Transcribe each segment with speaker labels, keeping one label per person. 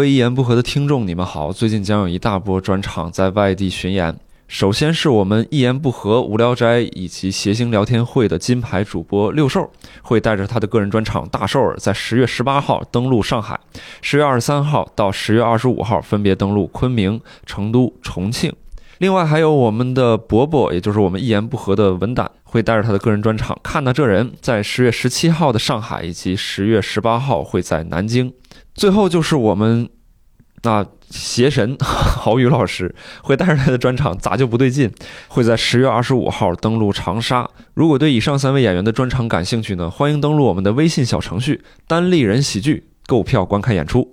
Speaker 1: 各位一言不合的听众，你们好！最近将有一大波专场在外地巡演。首先是我们一言不合、无聊斋以及谐星聊天会的金牌主播六兽，会带着他的个人专场《大兽儿》在十月十八号登陆上海，十月二十三号到十月二十五号分别登陆昆明、成都、重庆。另外还有我们的伯伯，也就是我们一言不合的文胆，会带着他的个人专场《看到这人》在十月十七号的上海，以及十月十八号会在南京。最后就是我们那邪神 郝宇老师会带着他的专场《咋就不对劲》，会在十月二十五号登陆长沙。如果对以上三位演员的专场感兴趣呢，欢迎登录我们的微信小程序“单立人喜剧”购票观看演出。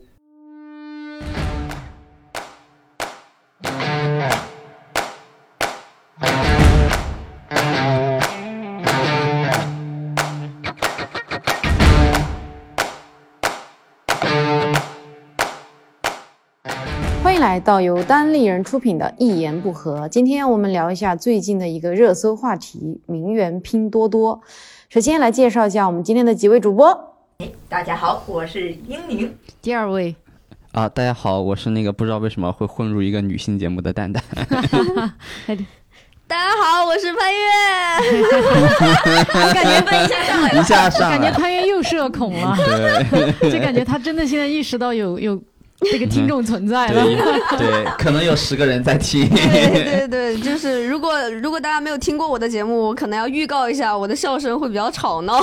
Speaker 2: 欢迎来到由单立人出品的《一言不合》。今天我们聊一下最近的一个热搜话题——名媛拼多多。首先来介绍一下我们今天的几位主播。
Speaker 3: 大家好，我是英宁。
Speaker 4: 第二位，
Speaker 5: 啊，大家好，我是那个不知道为什么会混入一个女性节目的蛋蛋。
Speaker 3: 大家好，我是潘越。感
Speaker 6: 哎
Speaker 3: 觉被一下上来
Speaker 5: 一
Speaker 3: 了。
Speaker 5: 下上
Speaker 4: 感觉
Speaker 5: 来，
Speaker 4: 潘越又社恐了，
Speaker 5: 对嗯
Speaker 4: 就感觉他真的现在意识到有有这个听众存在了。
Speaker 5: 对对，可能有十个人在听。
Speaker 6: 对对对，就是如果如果大家没有听过我的节目，我可能要预告一下，我的笑声会比较吵闹。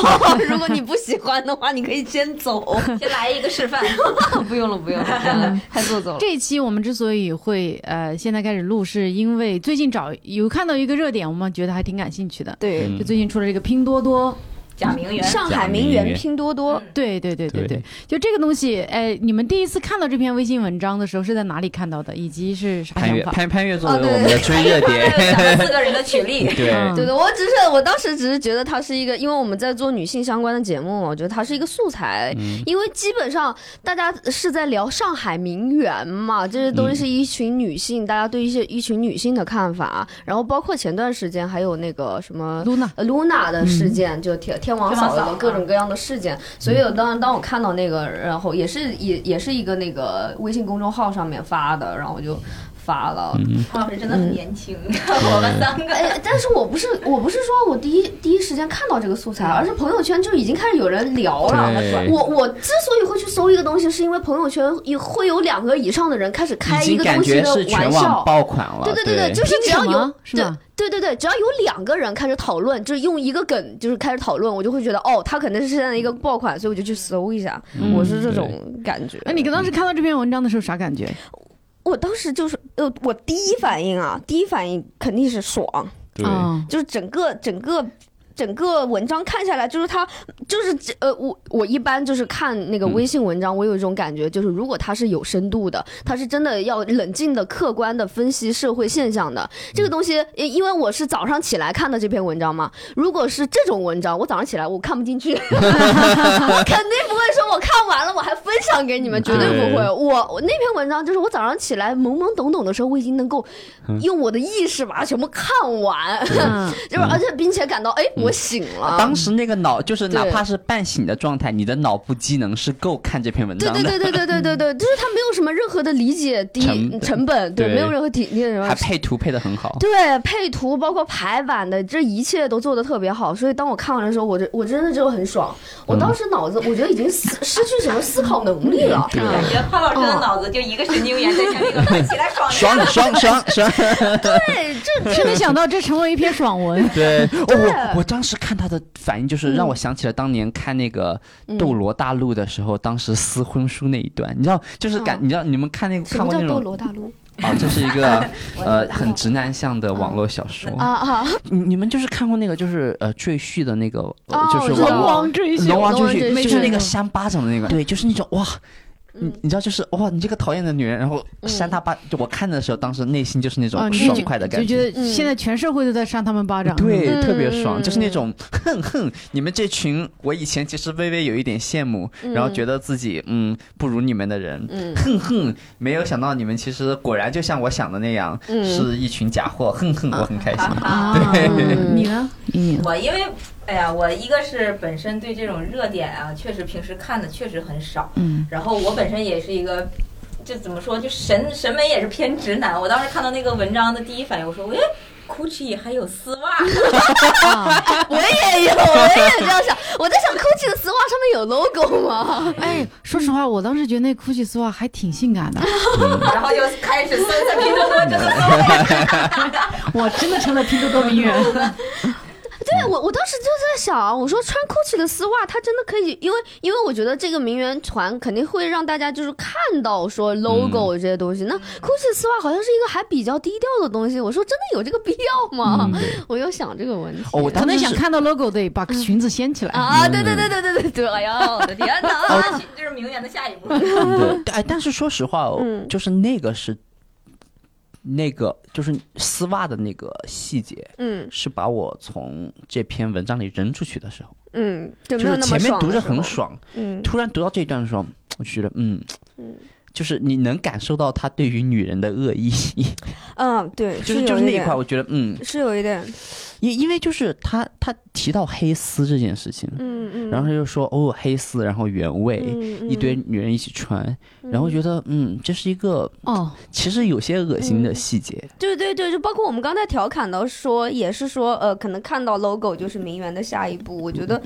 Speaker 6: 如果你不喜欢的话，你可以先走。
Speaker 3: 先来一个示范，
Speaker 6: 不用了，不用 了，不用了太做作了。
Speaker 4: 这一期我们之所以会呃现在开始录，是因为最近找有看到一个热点，我们觉得还挺感兴趣的。
Speaker 6: 对，
Speaker 5: 嗯
Speaker 4: 就最近出了这个拼多多，
Speaker 3: 假名媛。
Speaker 6: 上海嗯名媛拼多多，
Speaker 4: 对对对对
Speaker 5: 对
Speaker 4: 对，就这个东西，哎，你们第一次看到这篇微信文章的时候是在哪里看到的，以及是啥
Speaker 5: 潘
Speaker 4: 想
Speaker 5: 越，
Speaker 4: 法？
Speaker 5: 潘潘越作为
Speaker 6: 哦对
Speaker 5: 我们的追热点，
Speaker 3: 咱们四个人的曲力。
Speaker 5: 对
Speaker 4: 嗯
Speaker 6: 对对，我只是我当时只是觉得它是一个，因为我们在做女性相关的节目嘛，我觉得它是一个素材，因为基本上大家是在聊上海名媛嘛，这些东西是一群女性，大家对一些一群女性的看法，然后包括前段时间还有那个什么。
Speaker 4: 露娜，
Speaker 6: 呃 Luna
Speaker 5: 嗯
Speaker 6: 的事件，就天天王嫂
Speaker 3: 天
Speaker 6: 啊
Speaker 3: 王
Speaker 6: 的
Speaker 3: 嫂
Speaker 6: 各种各样的事件，所以我
Speaker 5: 嗯
Speaker 6: 当当我看到那个，然后也是也也是一个那个微信公众号上面发的，然后我就发了，
Speaker 5: 嗯
Speaker 3: 潘老师真的很年轻，
Speaker 6: 嗯
Speaker 3: 我们三个。
Speaker 6: 哎，但是我不是我不是说我第一第一时间看到这个素材，而是朋友圈就已经开始有人聊了。
Speaker 5: 嗯对
Speaker 6: 我我之所以会去搜一个东西，是因为朋友圈也会有两个以上的人开始开
Speaker 5: 已
Speaker 6: 一
Speaker 5: 经
Speaker 6: 个
Speaker 5: 感
Speaker 6: 东西
Speaker 5: 觉
Speaker 6: 的
Speaker 5: 是全
Speaker 6: 玩
Speaker 5: 网
Speaker 6: 笑。
Speaker 5: 爆款了。
Speaker 6: 对
Speaker 5: 对
Speaker 6: 对对，就是只
Speaker 4: 凭
Speaker 6: 要
Speaker 4: 什
Speaker 6: 有
Speaker 4: 么是
Speaker 6: 对
Speaker 4: 吧
Speaker 6: 对对对，只要有两个人开始讨论，就是用一个梗就是开始讨论，我就会觉得哦，他肯定是现在一个爆款，所以我就去搜一下，我是这种感觉。
Speaker 4: 哎，你当时看到这篇文章的时候啥感觉？
Speaker 6: 我当时就是呃，我第一反应啊，第一反应肯定是爽，
Speaker 5: 对
Speaker 4: 啊，
Speaker 6: 就是整个整个整个文章看下来，就是它就是这呃，我我一般就是看那个微信文章，我有一种感觉，就是如果它是有深度的，它是真的要冷静的、客观的分析社会现象的。这个东西，因因为我是早上起来看的这篇文章嘛，如果是这种文章，我早上起来我看不进去，我肯定不会说我看完了我还分享给你们，绝对不会。
Speaker 5: 对
Speaker 6: 我我那篇文章就是我早上起来懵懵懂懂的时候，我已经能够用我的意识把它全部看完。
Speaker 4: 嗯，
Speaker 6: 就是而且并且感到哎，我醒了。
Speaker 5: 嗯啊当时那个脑就是哪
Speaker 6: 对
Speaker 5: 怕是半醒的状态，你的脑部机能是够看这篇文
Speaker 6: 对
Speaker 5: 章
Speaker 6: 对
Speaker 5: 的，
Speaker 6: 对对对对对 对，就是他没有什么任何的理解低
Speaker 5: 成本
Speaker 6: 成本，对，
Speaker 5: 对
Speaker 6: 没有任何体那什
Speaker 5: 还
Speaker 6: 么。
Speaker 5: 配图配的很好。
Speaker 6: 对配图，包括排版的，这一切都做的特别好，所以当我看完的时候，我这我真的就很爽。我当时脑子，
Speaker 5: 嗯
Speaker 6: 我觉得已经失失去什么思考能力了。
Speaker 5: 对
Speaker 3: 感
Speaker 6: 嗯
Speaker 3: 觉潘老师的脑子就一个神经元在前面，一个快起来爽一下
Speaker 5: 爽爽爽 爽！。
Speaker 6: 对，这
Speaker 4: 是没想到这成为一篇爽文
Speaker 5: 对，哦我我当时看他的反应，就是
Speaker 6: 嗯
Speaker 5: 让我想起了当年看那个《斗罗大陆》的时候，当时撕婚书那一段，你知道，就是感，你知道你们看那个
Speaker 6: 嗯什
Speaker 5: 看
Speaker 6: 么
Speaker 5: 过
Speaker 6: 叫
Speaker 5: 那
Speaker 6: 斗
Speaker 5: 种
Speaker 6: 罗大陆
Speaker 5: 啊，这是一 个呃很直男向的网络小说
Speaker 6: 嗯啊啊？
Speaker 5: 你你们就是看过那个就是呃赘婿的那个，呃
Speaker 6: 哦
Speaker 5: 就是
Speaker 6: 我知
Speaker 5: 网
Speaker 6: 道
Speaker 5: 络
Speaker 4: 王追
Speaker 5: 龙王赘
Speaker 6: 龙王
Speaker 5: 婿，
Speaker 6: 赘婿嗯
Speaker 5: 就是那
Speaker 4: 没看
Speaker 5: 个
Speaker 4: 过
Speaker 5: 扇巴掌的那个，对，就是那种哇。你你知道，就是哇，你这个讨厌的女人，然后扇
Speaker 6: 嗯
Speaker 5: 她巴，就我看的时候，当时内心就是那
Speaker 4: 啊，
Speaker 6: 哦
Speaker 5: 种
Speaker 4: 你
Speaker 5: 爽
Speaker 4: 就
Speaker 5: 快的感
Speaker 4: 就
Speaker 5: 觉
Speaker 4: 觉。得现在全社会都在扇他们巴掌。
Speaker 5: 对，
Speaker 6: 嗯
Speaker 5: 特别爽，
Speaker 6: 嗯
Speaker 5: 就是那种哼哼，你们这群我以前其实微微有一点羡慕，然后觉得自己嗯不如你们的人，
Speaker 6: 嗯
Speaker 5: 哼哼，没有想到你们其实果然就像我想的那样，
Speaker 6: 嗯
Speaker 5: 是一群假货，哼哼，我很开心。
Speaker 4: 啊，你呢？你
Speaker 3: 我因为，哎呀，我一个是本身对这种热点啊，确实平时看的确实很少，
Speaker 4: 嗯，
Speaker 3: 然后我本身也是一个就怎么说，就审审美也是偏直男。我当时看到那个文章的第一反应，我说，哎，Gucci 还有丝袜，
Speaker 4: 啊，
Speaker 6: 我也有，我也这样想。我在想，GUCCI 的丝袜上面有 logo 吗？
Speaker 4: 哎，说实话，我当时觉得那 GUCCI 丝袜还挺性感的，
Speaker 6: 嗯
Speaker 3: 然后就开始搜在拼多多 这个搜
Speaker 4: 我真的成了拼多多名媛。
Speaker 5: 嗯
Speaker 6: 对我，我当时就在想，啊我说穿 GUCCI 的丝袜，它真的可以，因为因为我觉得这个名媛团肯定会让大家就是看到
Speaker 5: 嗯
Speaker 6: 说 logo 这些东西。那 GUCCI 丝袜好像是一个还比较低调的东西，我说真的有这个必要
Speaker 5: 嗯
Speaker 6: 吗？ 我有想这个问题。
Speaker 5: 哦， 我嗯
Speaker 4: 可
Speaker 5: 当
Speaker 4: 能
Speaker 5: 时
Speaker 4: 想
Speaker 5: 是
Speaker 4: 看到 logo 得把裙子掀起来。
Speaker 6: 啊，对对对对对对对，哎呀， 我的天 哪！
Speaker 3: 啊，这是名媛的下一步。
Speaker 5: 对，哎，但是说实话哦，
Speaker 6: 嗯
Speaker 5: 就是那个是，那个就是丝袜的那个细节，
Speaker 6: 嗯
Speaker 5: 是把我从这篇文章里扔出去的时候，
Speaker 6: 嗯，就
Speaker 5: 就
Speaker 6: 没有
Speaker 5: 是
Speaker 6: 那么
Speaker 5: 前面
Speaker 6: 爽
Speaker 5: 读
Speaker 6: 的
Speaker 5: 着
Speaker 6: 时
Speaker 5: 很
Speaker 6: 候，
Speaker 5: 爽，
Speaker 6: 嗯，
Speaker 5: 突然读到这一段的时候，我就觉得嗯
Speaker 6: 嗯。
Speaker 5: 就是你能感受到他对于女人的恶 意，
Speaker 6: 嗯，对，
Speaker 5: 就是是
Speaker 6: 有
Speaker 5: 就是那一
Speaker 6: 点
Speaker 5: 块，，我觉得嗯，
Speaker 6: 是有一点，
Speaker 5: 因因为就是他他提到黑丝这件事情，
Speaker 6: 嗯嗯，
Speaker 5: 然后他就说哦黑丝，然后原味，
Speaker 6: 嗯
Speaker 5: 一堆，女人一起穿，然后觉得嗯这是一个
Speaker 4: 哦，
Speaker 5: 其实有些恶心的
Speaker 6: 嗯
Speaker 5: 细节，
Speaker 6: 对对对，就包括我们刚才调侃到说，也是说，呃，可能看到 logo 就是名媛的下一步，我觉得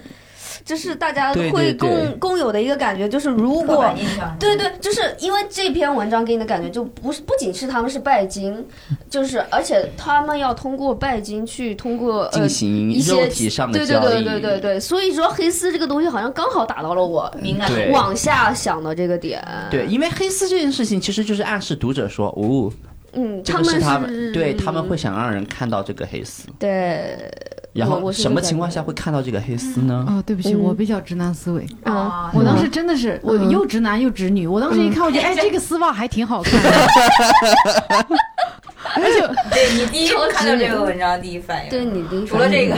Speaker 6: 这是大家
Speaker 5: 对对
Speaker 6: 会
Speaker 5: 对
Speaker 6: 共共有的一个感觉，就是如
Speaker 3: 刻
Speaker 6: 果
Speaker 3: 板印象，
Speaker 6: 对对，就是因为这篇文章给你的感觉就不是，不仅是他们是拜金，就是而且他们要通过拜金去通过呃
Speaker 5: 进行
Speaker 6: 一些
Speaker 5: 肉体上的
Speaker 6: 对
Speaker 5: 交
Speaker 6: 对
Speaker 5: 易，
Speaker 6: 对对对对，所以说黑丝这个东西好像刚好打到了我
Speaker 3: 敏感，
Speaker 5: 嗯对
Speaker 6: 往下想的这个点。
Speaker 5: 对因为黑丝这件事情其实就是暗示读者说哦
Speaker 6: 嗯，
Speaker 5: 这
Speaker 6: 他
Speaker 5: 个
Speaker 6: 们
Speaker 5: 是他
Speaker 6: 是嗯
Speaker 5: 们对他们会想让人看到这个黑丝，
Speaker 6: 对
Speaker 5: 然
Speaker 6: 我
Speaker 5: 后
Speaker 6: 我是
Speaker 5: 什
Speaker 6: 这
Speaker 5: 么
Speaker 6: 个
Speaker 5: 情况
Speaker 6: 感觉
Speaker 5: 下会看到这个黑丝呢？
Speaker 4: 哦，对不起，
Speaker 6: 嗯
Speaker 4: 我比较直男思维。
Speaker 3: 啊，
Speaker 4: 我当时真的是，我又直男又直女。我当时一看，我觉得，哎，这个丝袜还挺好看的。 而且，
Speaker 3: 对你第一个看到这个文章第一反应，
Speaker 6: 对，你的
Speaker 3: 除了这个，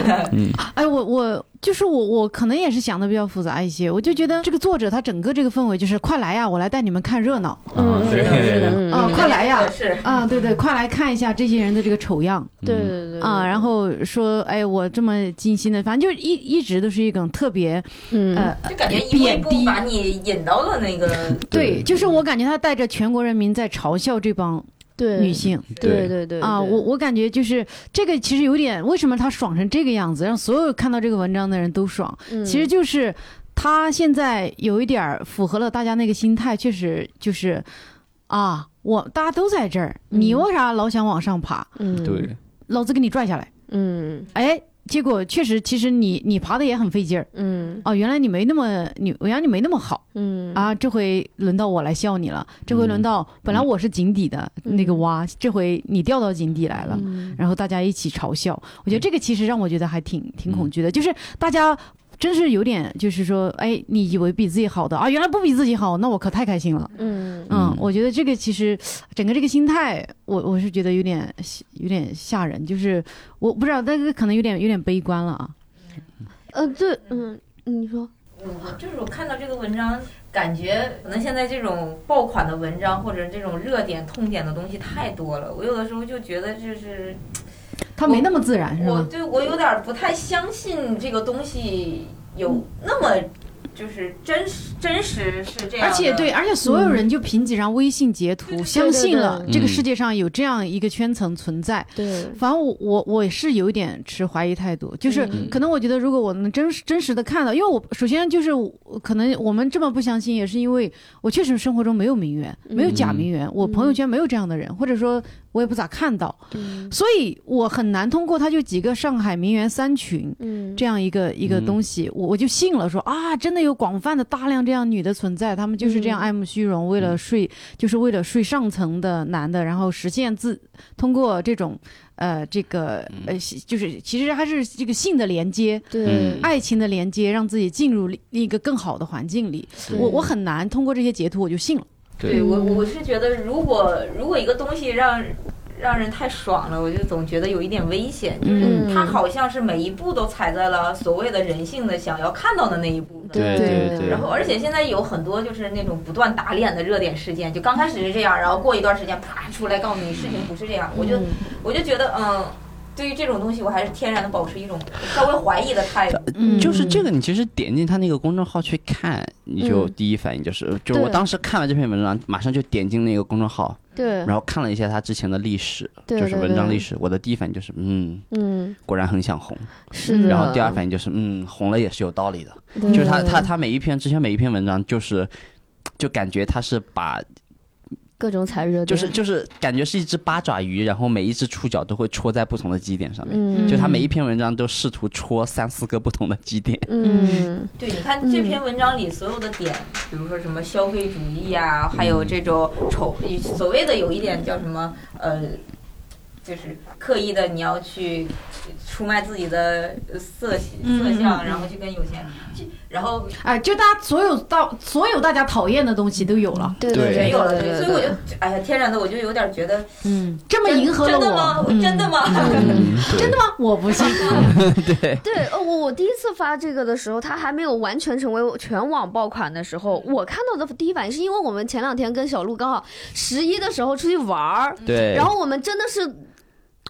Speaker 4: 哎，我我就是我，我可能也是想的比较复杂一些。我就觉得这个作者他整个这个氛围就是，快来呀，我来带你们看热闹
Speaker 5: 嗯
Speaker 6: 嗯嗯嗯
Speaker 4: 啊，快来呀！
Speaker 3: 是
Speaker 4: 啊，对对，快来看一下这些人的这个丑样
Speaker 6: 对对对对
Speaker 4: 啊！然后说，哎，我这么精心的，反正就一一直都是一种特别
Speaker 6: 嗯
Speaker 4: 呃
Speaker 3: 就感觉一步一步把你引到了那个，
Speaker 4: 对，就是我感觉他带着全国人民在嘲笑这帮
Speaker 6: 对
Speaker 4: 女性。
Speaker 6: 嗯对对对
Speaker 4: 啊，我我感觉就是这个，其实有点为什么他爽成这个样子，让所有看到这个文章的人都爽，
Speaker 6: 嗯
Speaker 4: 其实就是他现在有一点儿符合了大家那个心态，确实就是啊，我大家都在这儿，你
Speaker 6: 嗯
Speaker 4: 为啥老想往上爬？
Speaker 6: 嗯
Speaker 5: 对，
Speaker 4: 老子给你拽下来！
Speaker 6: 嗯
Speaker 4: 哎，结果确实，其实你你爬的也很费劲儿
Speaker 6: 嗯
Speaker 4: 哦，原来你没那么你原来你没那么好
Speaker 6: 嗯
Speaker 4: 啊，这回轮到我来笑你了，这回轮到本
Speaker 6: 嗯
Speaker 4: 来我是井底的那个蛙，这回你掉到井底来了。
Speaker 6: 嗯
Speaker 4: 然后大家一起嘲笑。我觉得这个其实让我觉得还挺挺恐惧的，就是大家。真是有点，就是说，哎，你以为比自己好的啊，原来不比自己好，那我可太开心了。
Speaker 6: 嗯
Speaker 4: 嗯
Speaker 5: 嗯，
Speaker 4: 我觉得这个其实呃整个这个心态，我我是觉得有点有点吓人，就是我不知道，但是可能有点有点悲观了啊。
Speaker 6: 呃对嗯你说
Speaker 4: 嗯
Speaker 3: 我就是我看到这个文章，感觉可能现在这种爆款的文章或者这种热点痛点的东西太多了，我有的时候就觉得就是
Speaker 4: 他没那么自然，是
Speaker 3: 我
Speaker 4: 吧？
Speaker 3: 对我有点不太相信这个东西有那么就是真实真实是这样
Speaker 4: 而
Speaker 3: 的，
Speaker 4: 且对，而且所有人就凭几张微信截
Speaker 3: 嗯对
Speaker 4: 图，
Speaker 3: 对嗯
Speaker 4: 相信了
Speaker 6: 对
Speaker 5: 对
Speaker 4: 这个世界上有这样一个圈层存在，
Speaker 6: 对
Speaker 4: 反正我我我是有一点持怀疑态度，就是
Speaker 6: 嗯
Speaker 4: 可能我觉得如果我能真实真实的看到，因为我首先就是我可能我们这么不相信，也是因为我确实生活中没有名媛，
Speaker 6: 嗯
Speaker 4: 没有假名媛，我朋友圈没有这样的人，或者说我也不咋看到，
Speaker 6: 嗯
Speaker 4: 所以我很难通过他就几个上海名媛三群。
Speaker 6: 嗯
Speaker 4: 这样一个一个东西，我我就信了说，啊，真的有广泛的大量这样女的存在，她们就是这样
Speaker 6: 嗯
Speaker 4: 爱慕虚荣，为了睡，就是为了睡上层的男的，然后实现自通过这种呃这个
Speaker 6: 嗯
Speaker 4: 呃西就是其实还是这个性的连接。
Speaker 5: 嗯
Speaker 6: 对
Speaker 4: 爱情的连接，让自己进入另一个更好的环境里。我
Speaker 6: 嗯
Speaker 4: 我很难通过这些截图我就信了。
Speaker 3: 对我我是觉得如果如果一个东西让让人太爽了，我就总觉得有一点危险，就是
Speaker 6: 嗯
Speaker 3: 它好像是每一步都踩在了所谓的人性的想要看到的那一步的。
Speaker 5: 对
Speaker 6: 对
Speaker 5: 对，
Speaker 3: 然后，而且现在有很多就是那种不断打脸的热点事件，就刚开始是这样，然后过一段时间啪出来告诉你事情不是这样，我就我就觉得嗯，对于这种东西，我还是天然的保持一种稍微怀疑的态度。
Speaker 4: 嗯，
Speaker 5: 就是这个，你其实点进他那个公众号去看，你就
Speaker 6: 嗯
Speaker 5: 第一反应就是，就
Speaker 6: 对
Speaker 5: 我当时看完这篇文章，马上就点进那个公众号，
Speaker 6: 对
Speaker 5: 然后看了一下他之前的历史，
Speaker 6: 嗯对
Speaker 5: 就是
Speaker 6: 对
Speaker 5: 文章
Speaker 6: 对
Speaker 5: 历史。我的第一反应就是，嗯，
Speaker 6: 嗯，
Speaker 5: 果然很想红。
Speaker 4: 嗯
Speaker 6: 是的。
Speaker 5: 然后第二反应就是，嗯，红了也是有道理的。
Speaker 6: 对
Speaker 5: 就是他他他每一篇之前每一篇文章就是，就感觉他是把
Speaker 6: 各种踩热点，
Speaker 5: 就是就是感觉是一只八爪鱼，然后每一只触角都会戳在不同的基点上面。
Speaker 6: 嗯
Speaker 5: 就他每一篇文章都试图戳三四个不同的基点。
Speaker 6: 嗯
Speaker 3: 对，你看这篇文章里所有的点，比如说什么消费主义啊，还有这种丑，所谓的有一点叫什么呃，就是刻意的你要去出卖自己的色色相，然后去跟有钱人，这然后
Speaker 4: 哎，就大家所有到所有大家讨厌的东西都有了，
Speaker 6: 对
Speaker 5: 对
Speaker 6: 对，
Speaker 3: 没有了，
Speaker 6: 对
Speaker 3: 所以我就哎呀，天然的我就有点觉得
Speaker 4: 嗯，这么迎合了
Speaker 3: 真的吗
Speaker 4: 我，？
Speaker 3: 真的吗？
Speaker 6: 嗯
Speaker 4: 真的吗？ 我不信，
Speaker 5: 哎
Speaker 6: 对，呃，我我第一次发这个的时候，它还没有完全成为全网爆款的时候，我看到的第一反应是因为我们前两天跟小鹿刚好十一的时候出去玩儿，
Speaker 5: 对
Speaker 6: 然后我们真的是。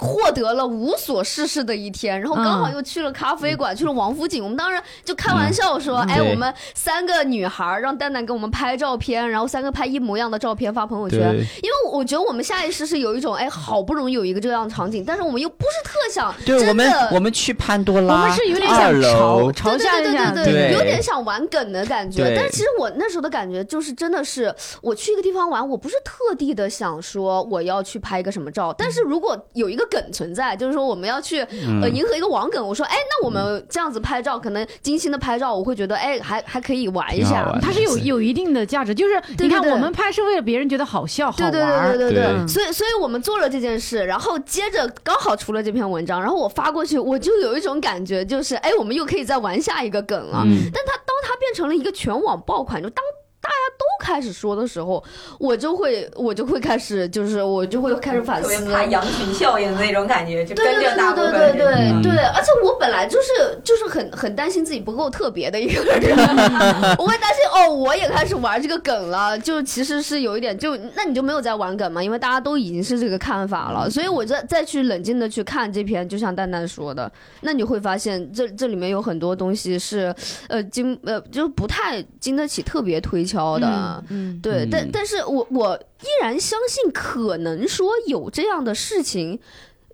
Speaker 6: 获得了无所事事的一天，然后刚好
Speaker 4: 嗯
Speaker 6: 又去了咖啡馆，去了王府井。我们当时就开玩笑说：“哎，
Speaker 5: 对
Speaker 6: 我们三个女孩儿让蛋蛋给我们拍照片，然后三个拍一模一样的照片发朋友圈。”因为我觉得我们下意识是有一种，哎，好不容易有一个这样的场景，但是我们又不是特想，真
Speaker 5: 对，
Speaker 6: 的
Speaker 5: 我们我们去潘多
Speaker 4: 我
Speaker 5: 拉，
Speaker 4: 们是有点
Speaker 5: 二
Speaker 4: 想嘲
Speaker 5: 楼，
Speaker 4: 嘲笑一
Speaker 6: 对
Speaker 4: 下，
Speaker 6: 对对对，
Speaker 5: 对
Speaker 6: 有点想玩梗的感觉。
Speaker 5: 对
Speaker 6: 但其实我那时候的感觉就是，真的是我去一个地方玩，我不是特地的想说我要去拍一个什么照，但是如果有一个梗存在，就是说我们要去
Speaker 5: 嗯
Speaker 6: 呃迎合一个网梗，我说哎，那我们这样子拍照，可能精心的拍照，我会觉得哎，还还可以玩一
Speaker 5: 挺好
Speaker 6: 下
Speaker 5: 玩。的
Speaker 4: 它是有有一定的价值，就是
Speaker 6: 对
Speaker 4: 你看
Speaker 6: 对
Speaker 4: 我们拍是为了别人觉得好笑好
Speaker 6: 对
Speaker 4: 玩
Speaker 6: 对对
Speaker 4: 儿，
Speaker 6: 对对对，
Speaker 5: 对
Speaker 6: 所以所以我们做了这件事，然后接着刚好出了这篇文章，然后我发过去，我就有一种感觉，就是哎，我们又可以再玩下一个梗了。
Speaker 5: 嗯，
Speaker 6: 但它当它变成了一个全网爆款，就当大家都开始说的时候，我就会我就会开始就是我就会开始反
Speaker 3: 特别
Speaker 6: 思。
Speaker 3: 怕羊群效应的那种感觉，就
Speaker 6: 对
Speaker 3: 跟
Speaker 6: 对
Speaker 3: 着大
Speaker 6: 对
Speaker 3: 部分
Speaker 6: 对
Speaker 3: 人。
Speaker 6: 对对
Speaker 5: 嗯
Speaker 6: 对，而且我本来就是 就是很很担心自己不够特别的一个人， 我会担心哦，我也开始玩这个梗了，就其实是有一点就那你就没有在玩梗嘛，因为大家都已经是这个看法了，所以我再再去冷静的去看这篇，就像蛋蛋说的，那你会发现这这里面有很多东西是呃经呃就是不太经得起特别推敲的，
Speaker 4: 嗯，
Speaker 6: 对，但
Speaker 5: 嗯
Speaker 6: 但是我我依然相信，可能说有这样的事情。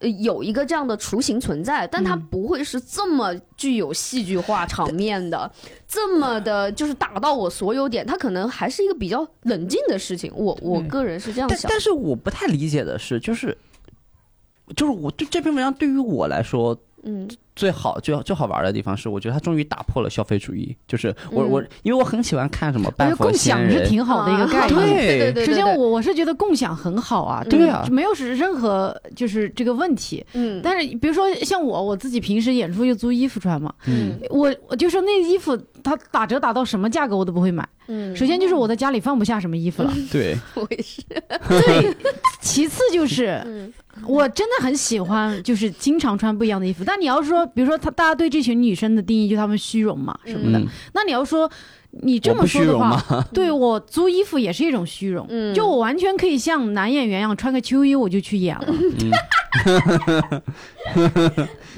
Speaker 6: 呃，有一个这样的雏形存在，但它
Speaker 4: 嗯
Speaker 6: 不会是这么具有戏剧化场面的，这么的，就是打到我所有点。它可能还是一个比较冷静的事情。我我
Speaker 4: 嗯
Speaker 6: 个人是这样
Speaker 5: 但
Speaker 6: 想，
Speaker 5: 但是我不太理解的是，就是就是我对这篇文章对于我来说。
Speaker 6: 嗯
Speaker 5: 最好最好最好玩的地方是，我觉得他终于打破了消费主义。就是我、
Speaker 6: 嗯
Speaker 5: 我，因为我很喜欢看什么
Speaker 4: 我觉
Speaker 5: 半
Speaker 4: 得
Speaker 5: 佛
Speaker 4: 共
Speaker 5: 仙
Speaker 4: 享
Speaker 5: 人，
Speaker 4: 是挺好的一个概
Speaker 5: 对
Speaker 4: 念。
Speaker 6: 啊 对对对，
Speaker 4: 首先，
Speaker 6: 对，
Speaker 4: 我我是觉得共享很好啊，
Speaker 6: 嗯
Speaker 5: 对啊，
Speaker 4: 没有是任何就是这个问题。
Speaker 6: 嗯，
Speaker 4: 但是比如说像我，我自己平时演出就租衣服穿嘛，
Speaker 5: 嗯，
Speaker 4: 我我就说那衣服它打折打到什么价格我都不会买。
Speaker 6: 嗯，
Speaker 4: 首先就是我在家里放不下什么衣服了，
Speaker 5: 对，
Speaker 6: 我也是，
Speaker 4: 对。其次就是
Speaker 6: 嗯
Speaker 4: 我真的很喜欢，就是经常穿不一样的衣服。但你要说，比如说他大家对这群女生的定义，就她们虚荣嘛什么的。
Speaker 5: 嗯，
Speaker 4: 那你要说你这
Speaker 5: 我
Speaker 4: 么
Speaker 5: 不虚
Speaker 4: 说的
Speaker 5: 荣
Speaker 4: 话，
Speaker 5: 吗？
Speaker 4: 对我租衣服也是一种虚荣。
Speaker 6: 嗯
Speaker 4: 就我完全可以像男演员一样穿个秋衣我就去演了。
Speaker 5: 嗯